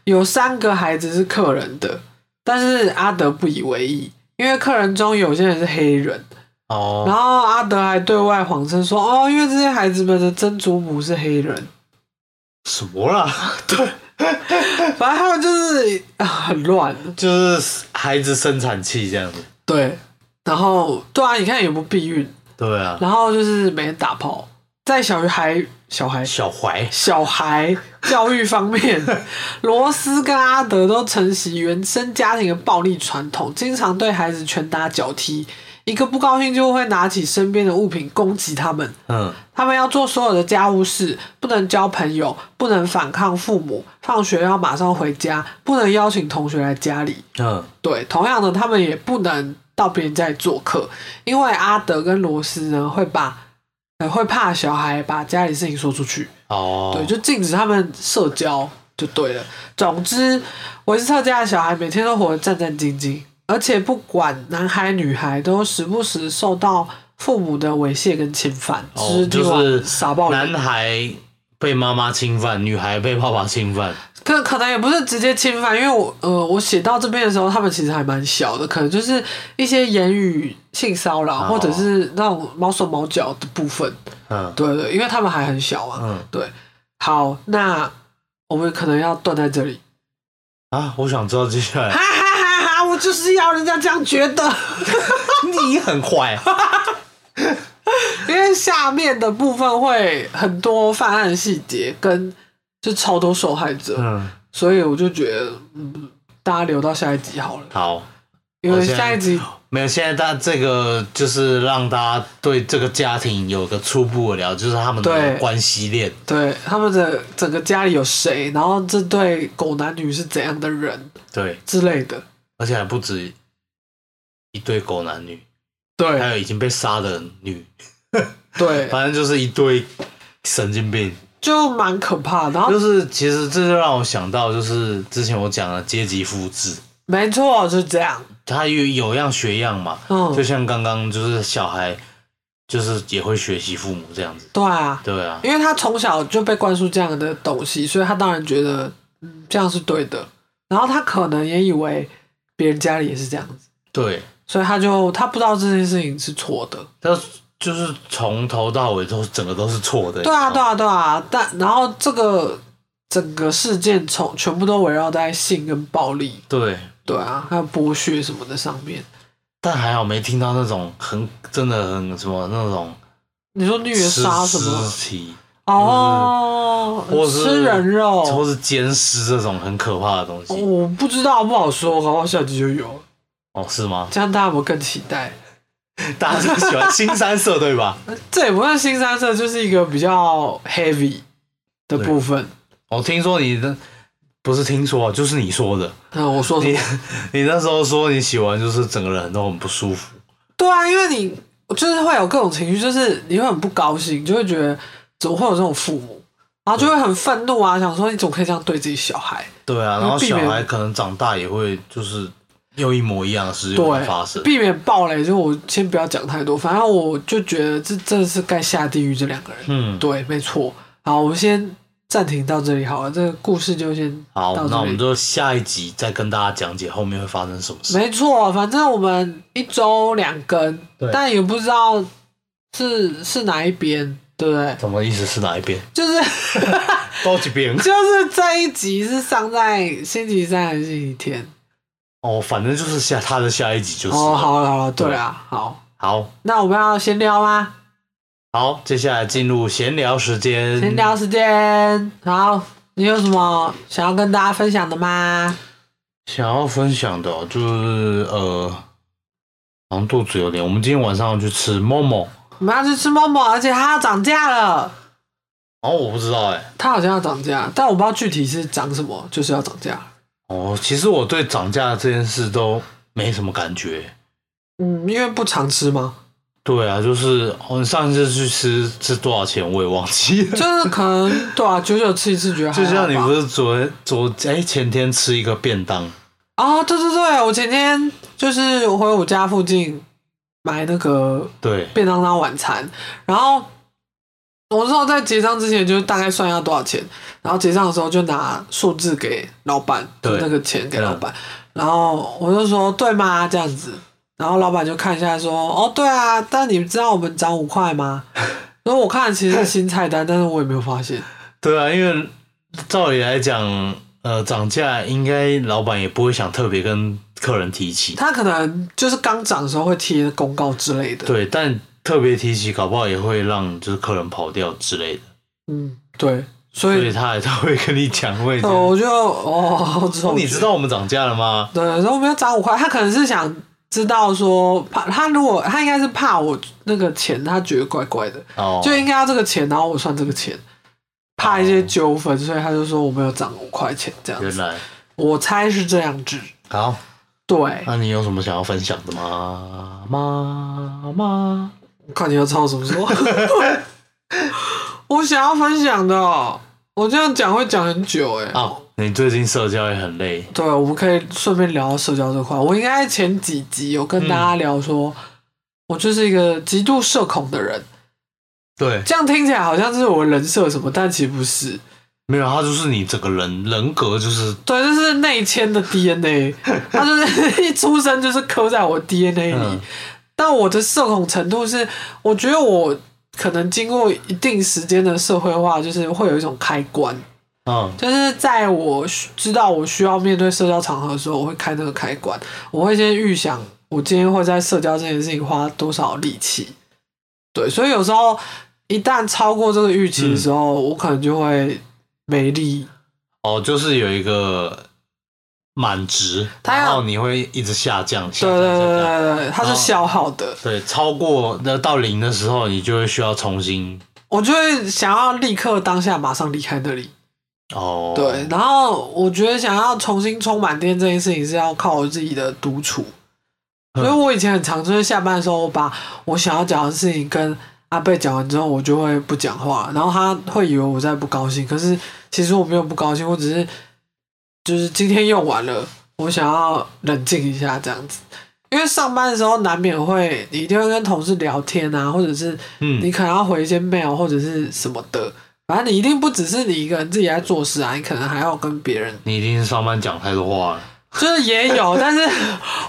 Speaker 1: 有三个孩子是客人的，但是阿德不以为意，因为客人中有些人是黑人，然
Speaker 2: 哦，
Speaker 1: 后阿德还对外谎称说，哦，因为这些孩子们的曾祖母是黑人。
Speaker 2: 什么啦？ [LAUGHS]
Speaker 1: [LAUGHS] 反正他们就是啊很乱，
Speaker 2: 就是孩子生产器这样子，
Speaker 1: 对。然后对啊，你看也不避孕，
Speaker 2: 对啊，
Speaker 1: 然后就是每天打炮，在小孩小孩
Speaker 2: 小怀，
Speaker 1: 小孩教育方面，罗斯跟阿德都承袭原生家庭的暴力传统，经常对孩子拳打脚踢，一个不高兴就会拿起身边的物品攻击他们。
Speaker 2: 嗯，
Speaker 1: 他们要做所有的家务事，不能交朋友，不能反抗父母，放学要马上回家，不能邀请同学来家里。
Speaker 2: 嗯，
Speaker 1: 对，同样的，他们也不能到别人家里做客，因为阿德跟罗斯呢会把呃会怕小孩把家里事情说出去，
Speaker 2: 哦，
Speaker 1: 对，就禁止他们社交就对了。总之，维斯特家的小孩每天都活得战战兢兢，而且不管男孩女孩，都时不时受到父母的猥亵跟侵犯，
Speaker 2: 哦，
Speaker 1: 肢体
Speaker 2: 就是
Speaker 1: 傻暴力
Speaker 2: 男。孩被妈妈侵犯，女孩被爸爸侵犯，
Speaker 1: 可可能也不是直接侵犯，因为我呃，我写到这边的时候，他们其实还蛮小的，可能就是一些言语性骚扰，
Speaker 2: 哦
Speaker 1: 或者是那种毛手毛脚的部分。
Speaker 2: 嗯，
Speaker 1: 对对，因为他们还很小啊。
Speaker 2: 嗯
Speaker 1: 对，好，那我们可能要断在这里。 [LAUGHS]
Speaker 2: 啊，我想知道接下
Speaker 1: 哈
Speaker 2: 来，
Speaker 1: 哈哈哈！我就是要人家这样觉得，
Speaker 2: 你 [LAUGHS] 很坏，
Speaker 1: 因为下面的部分会很多犯案细节跟就超多受害者，
Speaker 2: 嗯，
Speaker 1: 所以我就觉得，嗯，大家留到下一集好了，
Speaker 2: 好，
Speaker 1: 因为
Speaker 2: 我现在
Speaker 1: 下一集
Speaker 2: 没有，现在大家这个就是让大家对这个家庭有个初步的了解，就是他们
Speaker 1: 对
Speaker 2: 的关系链，
Speaker 1: 对他们的整个家里有谁，然后这对狗男女是怎样的人
Speaker 2: 对，
Speaker 1: 之类的。
Speaker 2: 而且还不止一对狗男女，还
Speaker 1: 对
Speaker 2: 有已经被杀的女，
Speaker 1: 对，
Speaker 2: 反正就是一堆神经病。
Speaker 1: 就蛮可怕的。然后
Speaker 2: 就是其实这就让我想到，就是之前我讲的阶级复制，
Speaker 1: 没错，就是这样。
Speaker 2: 它有有样学样嘛，
Speaker 1: 嗯
Speaker 2: 就，像刚刚就是小孩，就是也会学习父母这样子，
Speaker 1: 对啊，
Speaker 2: 对啊，
Speaker 1: 因为他从小就被灌输这样的东西，所以他当然觉得嗯这样是对的。然后他可能也以为别人家里也是这样子，
Speaker 2: 对，
Speaker 1: 所以他就他不知道这件事情是错的。
Speaker 2: 但就是从头到尾都整个都是错的。
Speaker 1: 对啊，
Speaker 2: 你知
Speaker 1: 对
Speaker 2: 道吗
Speaker 1: 啊，对啊。但然后这个整个事件从全部都围绕在性跟暴力，
Speaker 2: 对，
Speaker 1: 对啊，还有剥削什么的上面。
Speaker 2: 但还好没听到那种很真的很什么那种
Speaker 1: 你说虐杀什么？
Speaker 2: 尸体，
Speaker 1: 哦，
Speaker 2: 或是
Speaker 1: 吃人肉，
Speaker 2: 或是奸尸这种很可怕的东西。
Speaker 1: 我不知道，不好说，搞不好下集就有。
Speaker 2: 哦，是吗？ [LAUGHS]
Speaker 1: 这样大家有没有更期待？
Speaker 2: 大家都喜欢新三色对
Speaker 1: [LAUGHS]
Speaker 2: 吧？
Speaker 1: 这也不算新三色，就是一个比较 heavy 的部分。
Speaker 2: 我听说你的不是听说啊，就是你说的。
Speaker 1: 那我说什么？
Speaker 2: 你那时候说你喜欢，就是整个人都很不舒服。
Speaker 1: 对啊，因为你就是会有各种情绪，就是你会很不高兴，就会觉得怎么会有这种父母，然后就会很愤怒啊，想说你怎么可以这样对自己小孩？
Speaker 2: 对啊，然
Speaker 1: 因
Speaker 2: 后
Speaker 1: 为避
Speaker 2: 小
Speaker 1: 免
Speaker 2: 孩可能长大也会就是又一模一样的事情会发生
Speaker 1: 对，。避免暴雷，就我先不要讲太多，反正我就觉得这真的是该下地狱这两个人。
Speaker 2: 嗯，
Speaker 1: 对，没错。好，我们先暂停到这里好了，这个故事就先
Speaker 2: 好
Speaker 1: 到，
Speaker 2: 那
Speaker 1: 这
Speaker 2: 我
Speaker 1: 里
Speaker 2: 们。就下一集再跟大家讲解后面会发生什么事。
Speaker 1: 没错，反正我们一周两更
Speaker 2: 对，
Speaker 1: 但也不知道是是哪一边，对不对？
Speaker 2: 什么意思是哪一边？
Speaker 1: 就是 [LAUGHS]
Speaker 2: 多几边
Speaker 1: 就是这一集是上在星期三还是星期天？
Speaker 2: 哦，反正就是下他的下一集就是
Speaker 1: 哦，好了好了，对
Speaker 2: 对
Speaker 1: 啊，好，
Speaker 2: 好
Speaker 1: 那我们要闲聊吗？
Speaker 2: 好，接下来进入闲聊时间。
Speaker 1: 闲聊时间，好，你有什么想要跟大家分享的吗？
Speaker 2: 想要分享的哦、就是呃，好像肚子有点。我们今天晚上要去吃某某，
Speaker 1: 我们要去吃某某，而且它要涨价了，
Speaker 2: 哦，我不知道哎、
Speaker 1: 它好像要涨价，但我不知道具体是涨什么，就是要涨价。
Speaker 2: 哦，其实我对涨价这件事都没什么感觉。
Speaker 1: 嗯，因为不常吃
Speaker 2: [LAUGHS]
Speaker 1: 吗？
Speaker 2: 对啊，就是我、哦、上一次去吃吃多少钱我也忘记
Speaker 1: 就
Speaker 2: 了。
Speaker 1: 是可能对啊，久久吃一次 [LAUGHS] 觉得还好
Speaker 2: 就
Speaker 1: 吧
Speaker 2: 像你不是昨天昨哎、前天吃一个便当，
Speaker 1: 哦，对对对，我前天就是回我家附近买那个
Speaker 2: 对
Speaker 1: 便当当晚餐，然后我那时候在结账之前就大概算要多少钱，然后结账的时候就拿数字给老板，就
Speaker 2: 对
Speaker 1: 那个钱给老板，然后我就说对吗？这样子，然后老板就看一下说哦对啊，但你知道我们涨五块
Speaker 2: [LAUGHS]
Speaker 1: 吗？然后我看其实是新菜单，但是我也没有发现。
Speaker 2: 对啊，因为照理来讲，呃，涨价应该老板也不会想特别跟客人提起，
Speaker 1: 他可能就是刚涨的时候会贴公告之类的。，
Speaker 2: 对，但特别提起，搞不好也会让就是客人跑掉之类的，
Speaker 1: 嗯，对，所
Speaker 2: 所
Speaker 1: 以
Speaker 2: 以他还他会跟你讲
Speaker 1: [LAUGHS]
Speaker 2: 位置。
Speaker 1: 呃，我就哦，我知道
Speaker 2: 哦，你知道我们涨价了吗？
Speaker 1: 对，然后我们要涨五块，他可能是想知道说怕他如果他应该是怕我那个钱，他觉得怪怪的，
Speaker 2: 哦，
Speaker 1: 就应该要这个钱，然后我算这个钱，怕一些纠纷，所以他就说我没有涨五块钱这样
Speaker 2: 原
Speaker 1: 子，
Speaker 2: 来
Speaker 1: 我猜是这样子。
Speaker 2: 好。
Speaker 1: 对，
Speaker 2: 那你有什么想要分享的吗？妈妈，
Speaker 1: 看你要抄什么时候。我想要分享的哦、我这样讲会讲很久哎、
Speaker 2: 哦，你最近社交也很累，
Speaker 1: 对，我们可以顺便聊到社交这块。我应该前几集有跟大家聊说，我就是一个极度社恐的人。
Speaker 2: 对，
Speaker 1: 这样听起来好像是我人设什么，但其实不是。
Speaker 2: 没有，他就是你整个人人格就是
Speaker 1: 对，这是内嵌的 DNA，它就是一出生就是刻在我 DNA 里。
Speaker 2: 嗯
Speaker 1: 但我的社恐程度是，我觉得我可能经过一定时间的社会化，就是会有一种开关，
Speaker 2: 嗯
Speaker 1: 就是在我需知道我需要面对社交场合的时候，我会开那个开关，我会先预想我今天会在社交这件事情花多少力气。对，所以有时候一旦超过这个预期的时候，我可能就会没力。
Speaker 2: 哦，就是有一个满值，
Speaker 1: 他要
Speaker 2: 然后你会一直下降，下
Speaker 1: 对
Speaker 2: 降，哦
Speaker 1: 对对
Speaker 2: 下降。
Speaker 1: 对对，它是消耗的，
Speaker 2: 对，超过那到零的时候，你就会需要重新
Speaker 1: 我就会想要立刻当下马上离开那里。
Speaker 2: 哦，
Speaker 1: 对，，然后我觉得想要重新充满电这件事情是要靠我自己的独处，
Speaker 2: 嗯
Speaker 1: 所以我以前很常就是下班的时候，我把我想要讲的事情跟阿贝讲完之后，我就会不讲话，然后他会以为我在不高兴，可是其实我没有不高兴，我只是就是今天用完了，我想要冷静一下这样子。因为上班的时候难免会，你一定会跟同事聊天啊，或者是你
Speaker 2: 嗯，
Speaker 1: 可能要回一些 mail 或者是什么的，反正你一定不只是你一个人自己在做事啊，你可能还要跟别人，
Speaker 2: 你一定是上班讲太多话了， [LAUGHS]
Speaker 1: 就是也有，但是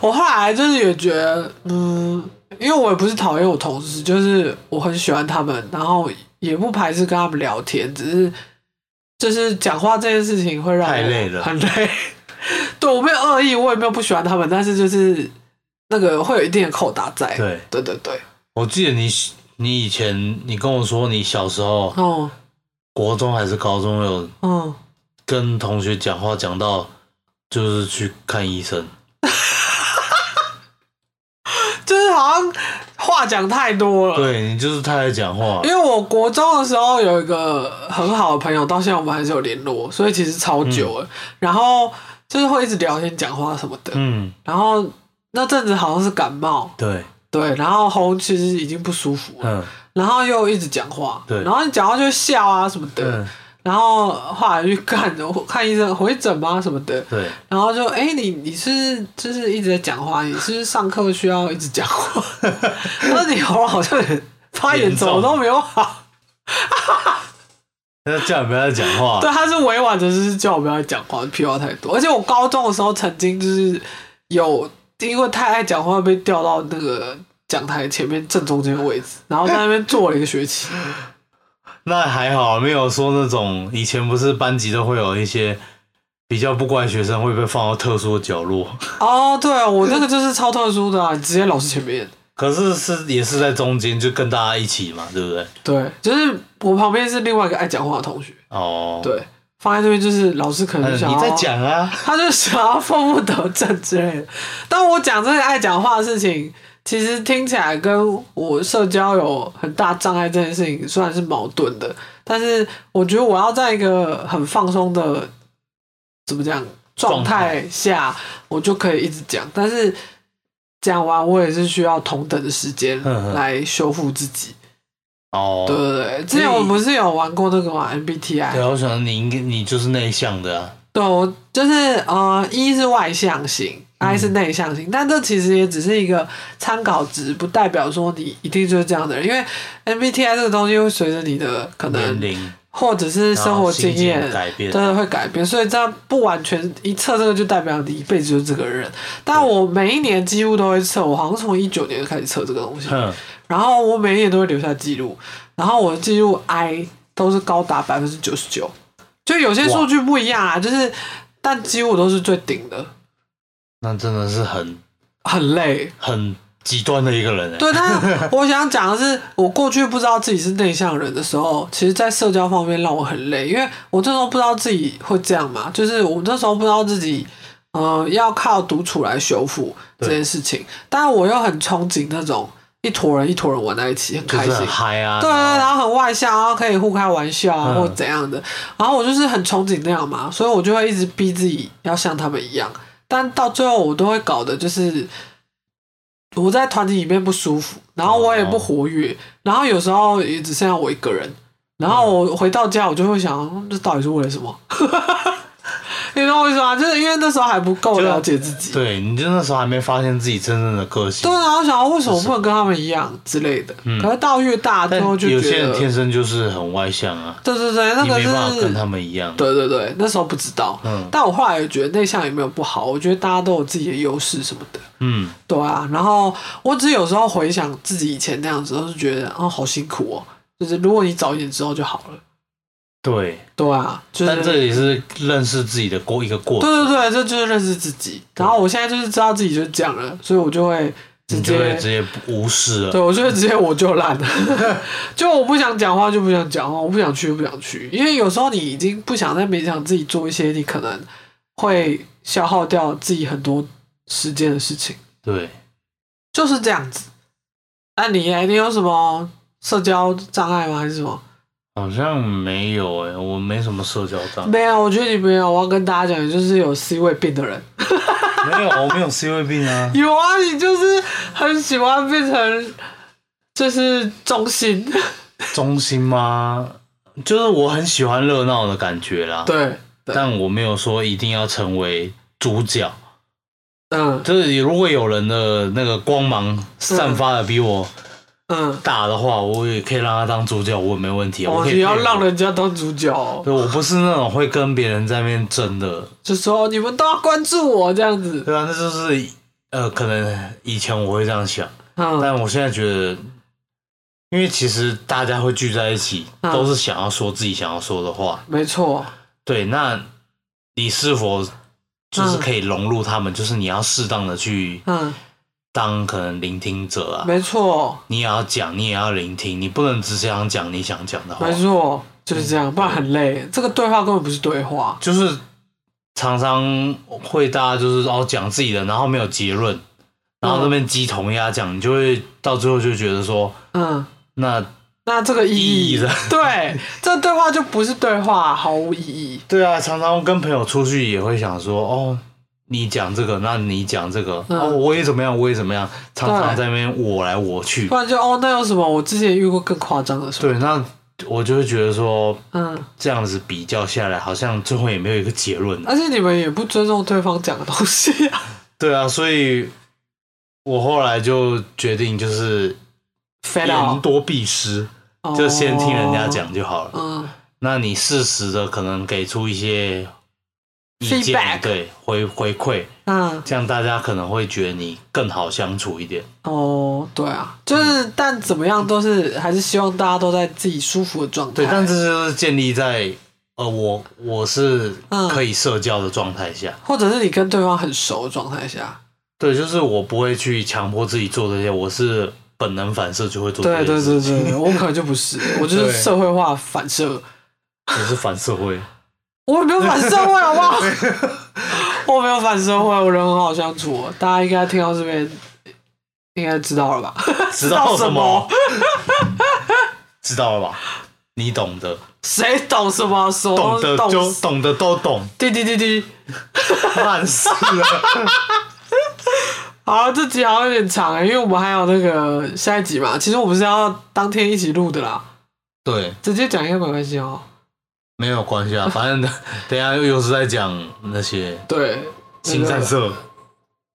Speaker 1: 我后来就是也觉得，嗯，因为我也不是讨厌我同事，就是我很喜欢他们，然后也不排斥跟他们聊天，只是就是讲话这件事情会让我
Speaker 2: 太累了
Speaker 1: 很累。 [LAUGHS] 对我没有恶意，我也没有不喜欢他们，但是就是那个会有一定的扣打在。
Speaker 2: 对
Speaker 1: 对对对，
Speaker 2: 我记得你你以前你跟我说你小时候
Speaker 1: 哦
Speaker 2: 国中还是高中有
Speaker 1: 嗯，
Speaker 2: 跟同学讲话讲到就是去看医生，
Speaker 1: 就是好像话讲太多了。
Speaker 2: 对你就是太爱讲话
Speaker 1: 嗯因，为我国中的时候有一个很好的朋友，到现在我们还是有联络，所以其实超久了。然后就是会一直聊天、讲话什么的。
Speaker 2: 嗯嗯，
Speaker 1: 然后那阵子好像是感冒，
Speaker 2: 对，
Speaker 1: 对，然后喉其实已经不舒服了，
Speaker 2: 嗯
Speaker 1: 然后又一直讲话，
Speaker 2: 对
Speaker 1: 然后你讲话就会笑啊什么的，
Speaker 2: 嗯，
Speaker 1: 然后后来去看看医生回诊吗什么的，
Speaker 2: 对，
Speaker 1: 然后就哎、你你是就是一直在讲话，你是不是上课需要一直讲话？ [LAUGHS] 那你喉咙好像有点发炎，
Speaker 2: 严
Speaker 1: 怎
Speaker 2: 重
Speaker 1: 么都没有好。
Speaker 2: 那叫你不要再讲话，
Speaker 1: 对，他是委婉的，就是叫我不要讲话，屁话太多。而且我高中的时候曾经就是有因为太爱讲话被调到那个讲台前面正中间的位置，然后在那边坐了一个学
Speaker 2: [LAUGHS]
Speaker 1: 期。
Speaker 2: 那还好，没有说那种以前不是班级都会有一些比较不乖的学生会被放到特殊的角落， [LAUGHS]
Speaker 1: 哦，对啊，我那个就是超特殊的、啊，直接老师前面。
Speaker 2: 可是是也是在中间就跟大家一起嘛，对不对？
Speaker 1: 对，就是我旁边是另外一个爱讲话的同学，
Speaker 2: 哦，，
Speaker 1: 对，放在这边就是老师可能
Speaker 2: 嗯，
Speaker 1: 就想要、
Speaker 2: 你在讲啊，
Speaker 1: 他就想要负负得正之类的。但我讲这个爱讲话的事情，其实听起来跟我社交有很大障碍这件事情虽然是矛盾的，但是我觉得我要在一个很放松的怎么讲状
Speaker 2: 状态
Speaker 1: 态下，我就可以一直讲，但是。讲完，我也是需要同等的时间
Speaker 2: 嗯嗯
Speaker 1: 来修复自己。
Speaker 2: 哦，
Speaker 1: 对对对，之前我们不是有玩过那个嘛 MBTI？
Speaker 2: 对，我想你应该你就是内向的啊，
Speaker 1: 对，我就是呃，一是外向型，I
Speaker 2: 嗯
Speaker 1: 是内向型，但这其实也只是一个参考值，不代表说你一定就是这样的人，因为 MBTI 这个东西会随着你的可
Speaker 2: 年
Speaker 1: 能
Speaker 2: 龄、
Speaker 1: 或者是生活经
Speaker 2: 然后心
Speaker 1: 验
Speaker 2: 境。改变
Speaker 1: 真，的会改变，所以这样不完全一测这个就代表你一辈子就是这个人。但我每一年几乎都会测，我好像从一九年就开始测这个东西，
Speaker 2: 哼，
Speaker 1: 然后我每一年都会留下记录，然后我的记录 I 都是高达百分之九十九，就有些数据不一样啊，就是但几乎都是最顶的，
Speaker 2: 那真的是很
Speaker 1: 很累。
Speaker 2: 很极端的一个人哎，
Speaker 1: 对，但是我想讲的是，我过去不知道自己是内向人的时候，其实，在社交方面让我很累，因为我这时候不知道自己会这样嘛，就是我那时候不知道自己，嗯、要靠独处来修复这件事情，但我又很憧憬那种一坨人一坨人玩在一起，很
Speaker 2: 就
Speaker 1: 开
Speaker 2: 是
Speaker 1: 心，
Speaker 2: 很嗨啊，
Speaker 1: 对对，
Speaker 2: 然
Speaker 1: 然
Speaker 2: 后
Speaker 1: 后很外向，然后可以互开玩笑啊，
Speaker 2: 嗯
Speaker 1: 或怎样的。然后我就是很憧憬那样嘛，所以我就会一直逼自己要像他们一样。但到最后，我都会搞的就是我在团体里面不舒服，然后我也不活
Speaker 2: 哦
Speaker 1: 跃，然后有时候也只剩下我一个人。然后我回到家，我就会想，嗯这到底是为了什么？ [LAUGHS] 你懂我意思吗？就是因为那时候还不够
Speaker 2: 就
Speaker 1: 了解自己，
Speaker 2: 对，你就那时候还没发现自己真正的个性
Speaker 1: 啊对，，然啊后想为什么不能跟他们一样之类的。
Speaker 2: 嗯
Speaker 1: 可是到越大之
Speaker 2: 但
Speaker 1: 后，就
Speaker 2: 有些
Speaker 1: 觉
Speaker 2: 人
Speaker 1: 得，
Speaker 2: 天生就是很外向啊，
Speaker 1: 对对对，那
Speaker 2: 你
Speaker 1: 个
Speaker 2: 没办法
Speaker 1: 是
Speaker 2: 跟他们一样，啊
Speaker 1: 对对对，那时候不知道，
Speaker 2: 嗯
Speaker 1: 但我后来也觉得内向也没有不好，我觉得大家都有自己的优势什么的，
Speaker 2: 嗯，
Speaker 1: 对啊。然后我只是有时候回想自己以前那样子，都是觉得哦好辛苦哦，就是如果你早一点知道就好了，
Speaker 2: 对，
Speaker 1: 对啊，就
Speaker 2: 但
Speaker 1: 是
Speaker 2: 这也是认识自己的过一个过
Speaker 1: 对
Speaker 2: 程，
Speaker 1: 对对，这就是认识自己。然后我现在就是知道自己就是这样了，所以我就会直
Speaker 2: 你就会
Speaker 1: 接
Speaker 2: 直接无视了
Speaker 1: 对，。我就会直接我就烂了， [LAUGHS] 就我不想讲话就不想讲话，我不想去就不想去，因为有时候你已经不想再勉强自己做一些你可能会消耗掉自己很多时间的事情，
Speaker 2: 对，
Speaker 1: 就是这样子。那你耶你有什么社交障碍吗？还是什么？
Speaker 2: 好像没有诶、我没什么社交
Speaker 1: [LAUGHS]
Speaker 2: 障碍，
Speaker 1: 没有，我觉得你没有。我要跟大家讲，你就是有 C 位病的人。
Speaker 2: 没有，我没有 C 位病啊。
Speaker 1: 有啊，你就是很喜欢变成就是中心。
Speaker 2: 中心吗？就是我很喜欢热闹的感觉啦，
Speaker 1: [LAUGHS] 对，对
Speaker 2: 但我没有说一定要成为主角。
Speaker 1: 嗯
Speaker 2: 就是如果有人的那个光芒散发的比我
Speaker 1: 嗯，
Speaker 2: 大的话，我也可以让他当主角，我也没问题啊。我
Speaker 1: 哦，
Speaker 2: 可以
Speaker 1: 你要
Speaker 2: 配合
Speaker 1: 让人家当主角哦、
Speaker 2: 对我不是那种会跟别人在那边争的，
Speaker 1: 就说你
Speaker 2: [LAUGHS]
Speaker 1: 们都要关注我这样子。
Speaker 2: 对啊，那就是呃，可能以前我会这样想，
Speaker 1: 嗯
Speaker 2: 但我现在觉得，因为其实大家会聚在一起，
Speaker 1: 嗯
Speaker 2: 都是想要说自己想要说的话。
Speaker 1: 没错，
Speaker 2: 对，那你是否就是
Speaker 1: 嗯
Speaker 2: 可以融入他们？就是你要适当的去
Speaker 1: 嗯，
Speaker 2: 当可能聆听者啊，
Speaker 1: 没错，
Speaker 2: 你也要讲，你也要聆听，你不能只想讲你想讲的话
Speaker 1: 没。错，就是这样，不然很累。这个对话根本不是对话，
Speaker 2: 就是常常会大家就是哦讲自己的，然后没有结论，然后那边鸡同鸭讲，你就会到最后就觉得说，
Speaker 1: 嗯，
Speaker 2: 那
Speaker 1: 那这个意
Speaker 2: 意义
Speaker 1: 义
Speaker 2: 的，
Speaker 1: [LAUGHS] 对，这对话就不是对话，毫无意义。
Speaker 2: 对啊，常常跟朋友出去也会想说，哦，你讲这个，那你讲这个，
Speaker 1: 嗯
Speaker 2: 哦，我也怎么样，我也怎么样，常常
Speaker 1: 对
Speaker 2: 在那边我来我去
Speaker 1: 不，然就哦，那有什么？我之前也遇过更夸张的事。
Speaker 2: 对，那我就会觉得说，
Speaker 1: 嗯，
Speaker 2: 这样子比较下来，好像最后也没有一个结论、啊、
Speaker 1: 而且你们也不尊重对方讲的东西
Speaker 2: [LAUGHS]
Speaker 1: 啊，
Speaker 2: 对啊，所以我后来就决定就是
Speaker 1: 飞
Speaker 2: 言
Speaker 1: 到
Speaker 2: 多必失。就先听人
Speaker 1: 哦
Speaker 2: 家。讲就好了。
Speaker 1: 嗯，
Speaker 2: 那你适时的可能给出一些意见
Speaker 1: Feedback
Speaker 2: 对回回馈，
Speaker 1: 嗯，
Speaker 2: 这样大家可能会觉得你更好相处一点。
Speaker 1: 哦，对啊，就是，但怎么样都是，还是希望大家都在自己舒服的状态。
Speaker 2: 对，但这就是建立在呃，我我是
Speaker 1: 嗯
Speaker 2: 可以社交的状态下。
Speaker 1: 或者是你跟对方很熟的状态下，
Speaker 2: 对，就是我不会去强迫自己做这些，我是本能反射就会做这
Speaker 1: 对
Speaker 2: 些
Speaker 1: 对
Speaker 2: 事
Speaker 1: 对
Speaker 2: 情。
Speaker 1: 对，对我可能就不是，我就
Speaker 2: 对
Speaker 1: 是社会化反射，
Speaker 2: 我是反
Speaker 1: [LAUGHS]
Speaker 2: 社会。
Speaker 1: 我也没有反社会，好不
Speaker 2: [LAUGHS]
Speaker 1: 好？我没有反社会，我人很好相处，大家应该听到这边应该知道了吧？
Speaker 2: 知道
Speaker 1: 什
Speaker 2: 什
Speaker 1: 么
Speaker 2: 么？ [LAUGHS] 知道了吧？你懂的，
Speaker 1: 谁懂什么？什么
Speaker 2: 懂的就
Speaker 1: 懂？
Speaker 2: 懂的都懂，
Speaker 1: 滴滴滴滴，
Speaker 2: 烂死了。
Speaker 1: 好，这集好像有点长哎、因为我们还有那个下一集嘛。其实我们是要当天一起录的啦，
Speaker 2: 对，
Speaker 1: 直接讲应该没关系哦。
Speaker 2: 没有关系啊，反
Speaker 1: [LAUGHS]
Speaker 2: 正等一下又又是在讲那些
Speaker 1: 对，
Speaker 2: 新战社。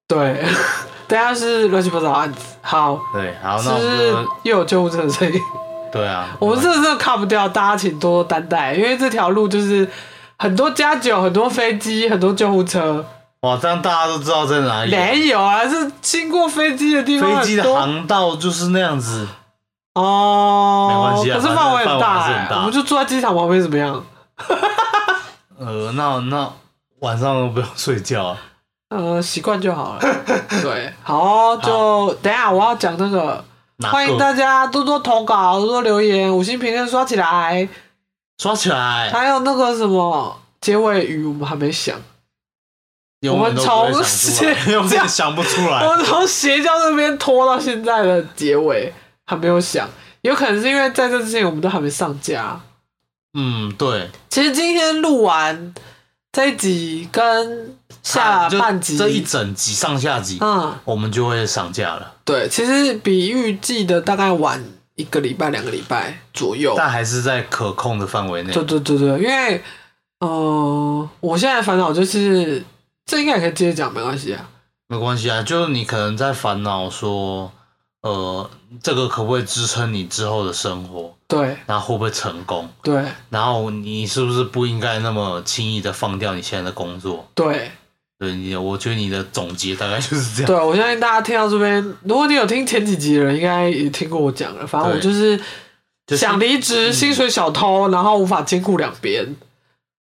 Speaker 1: 对， [LAUGHS] 等一下是乱七八糟案子。好，
Speaker 2: 对，好，
Speaker 1: 是
Speaker 2: 那我
Speaker 1: 不
Speaker 2: 们
Speaker 1: 是
Speaker 2: 就
Speaker 1: 又有救护车的声音。
Speaker 2: 对啊，
Speaker 1: 我们这这看不掉，大家请多多担待，因为这条路就是很多家酒、很多飞机、很多救护车，
Speaker 2: 哇，这样大家都知道在哪里。
Speaker 1: 没有啊，是经过飞机的地方
Speaker 2: 哎飞
Speaker 1: 很
Speaker 2: 机的
Speaker 1: 多
Speaker 2: 航道就是那样子，
Speaker 1: 哦，
Speaker 2: 没关系啊
Speaker 1: 可是
Speaker 2: 反正
Speaker 1: 范围很
Speaker 2: 范围
Speaker 1: 大、
Speaker 2: 还是
Speaker 1: 欸，
Speaker 2: 很大
Speaker 1: 我们就坐在机场旁边怎么样？
Speaker 2: 呃，那那晚上都不要睡觉啊。
Speaker 1: 呃，习惯就好了。
Speaker 2: [LAUGHS]
Speaker 1: 对，好哦、就等一下我要讲那个，
Speaker 2: 哪个
Speaker 1: 欢迎大家多多投稿、多多留言、五星评论刷起来，
Speaker 2: 刷起来，
Speaker 1: 还有那个什么结尾语我们还没想。
Speaker 2: 永远都不会想
Speaker 1: 我
Speaker 2: 出来
Speaker 1: 们从
Speaker 2: 永远想不出来。
Speaker 1: 我从邪教那边拖到现在的结尾，还没有想，有可能是因为在这之前我们都还没上架。
Speaker 2: 嗯，对，
Speaker 1: 其实今天录完这一集跟下
Speaker 2: 啊就
Speaker 1: 半集，
Speaker 2: 这一整集上下集，
Speaker 1: 嗯，
Speaker 2: 我们就会上架了，
Speaker 1: 对，其实比预计的大概晚一个礼拜、两个礼拜左右。
Speaker 2: 但还是在可控的范围内
Speaker 1: 对。对对对，因为呃，我现在烦恼就是，这应该也可以直接讲，没关系啊。
Speaker 2: 没关系啊，就是你可能在烦恼说，呃，这个可不可以支撑你之后的生活？
Speaker 1: 对
Speaker 2: 然后会不会成功？
Speaker 1: 对
Speaker 2: 然后你是不是不应该那么轻易的放掉你现在的工作？
Speaker 1: 对
Speaker 2: 对你，我觉得你的总结大概就是这
Speaker 1: [LAUGHS]
Speaker 2: 样。
Speaker 1: 对，啊我相信大家听到这边，如果你有听前几集的人，应该也听过我讲了。反正我
Speaker 2: 对
Speaker 1: 就是
Speaker 2: 就是嗯
Speaker 1: 想离职，薪水小偷，然后无法兼顾两边。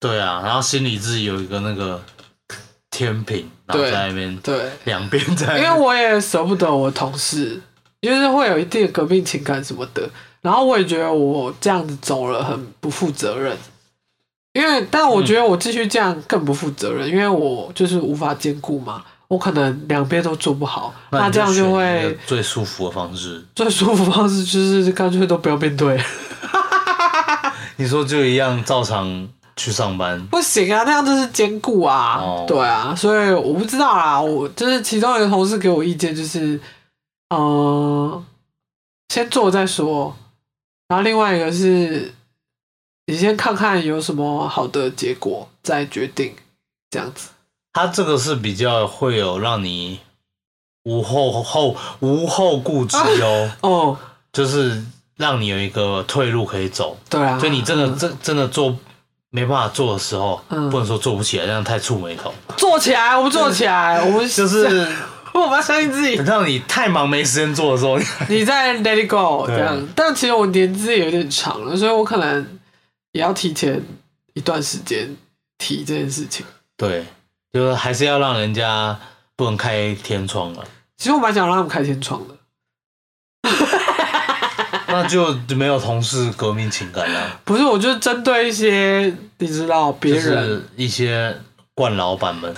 Speaker 2: 对啊，然后心里自己有一个那个天平，然后
Speaker 1: 对
Speaker 2: 在那边
Speaker 1: 对，
Speaker 2: 两边在
Speaker 1: 因为
Speaker 2: 那边
Speaker 1: 我也舍不得我同事，就是会有一定的革命情感什么的。然后我也觉得我这样子走了很不负责任，因为但
Speaker 2: 嗯
Speaker 1: 我觉得我继续这样更不负责任，因为我就是无法兼顾嘛，我可能两边都做不好，那
Speaker 2: 你
Speaker 1: 这样
Speaker 2: 选
Speaker 1: 就
Speaker 2: 一
Speaker 1: 会
Speaker 2: 个最舒服的方式。
Speaker 1: 最舒服方式就是干脆都不要面对。
Speaker 2: 你说就一样照常去上班，
Speaker 1: 不行啊，那样就是兼顾啊，
Speaker 2: 哦
Speaker 1: 对啊，所以我不知道啦。我就是其中一个同事给我意见，就是，呃，先做再说。然后另外一个是，你先看看有什么好的结果，再决定这样子。
Speaker 2: 它这个是比较会有让你无后后无后顾之忧，
Speaker 1: 哦，
Speaker 2: 就是让你有一个退路可以走。
Speaker 1: 对啊，
Speaker 2: 就你真的真真的做没办法做的时候，
Speaker 1: 嗯
Speaker 2: 不能说做不起来，这样太触眉头。
Speaker 1: 做起来，我们做起来，我们
Speaker 2: 就是
Speaker 1: [LAUGHS] 我不要相信自己
Speaker 2: 等。到你太忙没时间做的
Speaker 1: [LAUGHS]
Speaker 2: 时候， [LAUGHS]
Speaker 1: 你在 Let It Go
Speaker 2: 对
Speaker 1: 这样，但其实我年纪也有点长了，所以我可能也要提前一段时间提这件事情。
Speaker 2: 对，就是还是要让人家不能开天窗了，
Speaker 1: 其实我蛮想让他们开天窗的，
Speaker 2: 那就没有同事革命情感了，
Speaker 1: 不是，我就是针对一些你知道别
Speaker 2: 就
Speaker 1: 人，
Speaker 2: 是一些惯老
Speaker 1: [LAUGHS]
Speaker 2: 板们。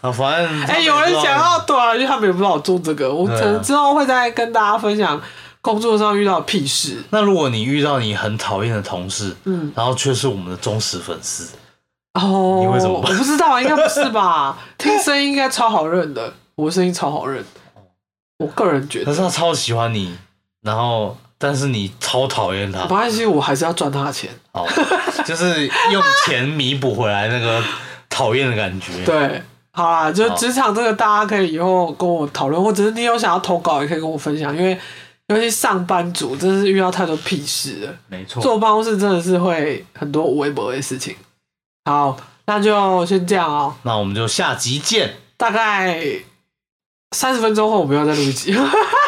Speaker 2: 啊，反正他
Speaker 1: 哎、
Speaker 2: 们
Speaker 1: 有人
Speaker 2: 也不知道
Speaker 1: 想要对啊，因为他们也不知道我做这个，我
Speaker 2: 对啊
Speaker 1: 可能之后会再跟大家分享工作上遇到的屁事。
Speaker 2: 那如果你遇到你很讨厌的同事，
Speaker 1: 嗯，
Speaker 2: 然后却是我们的忠实粉丝，
Speaker 1: 哦，
Speaker 2: 你会怎么办
Speaker 1: 我不知道，应该不是
Speaker 2: [LAUGHS]
Speaker 1: 吧？听声音应该超好认的，我声音超好认，我个人觉
Speaker 2: 可
Speaker 1: 得。
Speaker 2: 是他超喜欢你，然后但是你超讨厌他
Speaker 1: 没，关系，我还是要赚他的钱。
Speaker 2: 哦，就是用钱弥补回来那个讨厌的感觉。
Speaker 1: 对，好啦，就
Speaker 2: 好
Speaker 1: 职场这个，大家可以以后跟我讨论，或者是你有想要投稿，也可以跟我分享，因为尤其上班族真是遇到太多屁事了，
Speaker 2: 没错。
Speaker 1: 坐办公室真的是会很多无微不微的事情。好，那就先这样哦、
Speaker 2: 那我们就下
Speaker 1: [LAUGHS]
Speaker 2: 集见，
Speaker 1: 大概三十分钟后我们要再录一集， [LAUGHS]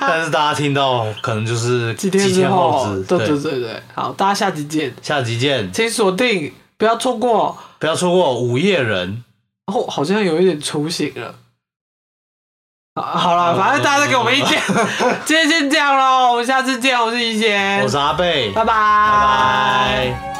Speaker 2: 但是大家听到可能就是
Speaker 1: 几天
Speaker 2: 天
Speaker 1: 之
Speaker 2: 后
Speaker 1: 后
Speaker 2: 知，
Speaker 1: 对对对对，好，大家下集见，
Speaker 2: 下集见，
Speaker 1: 请锁定，不要错过。
Speaker 2: 不要错过午夜人。
Speaker 1: 然后哦好像有一点雏形了。好好了，反正大家再给我们意 [LAUGHS] 见。今天先这样喽，我们下次见。我是怡贤
Speaker 2: 我，是阿贝，
Speaker 1: 拜拜。
Speaker 2: 拜拜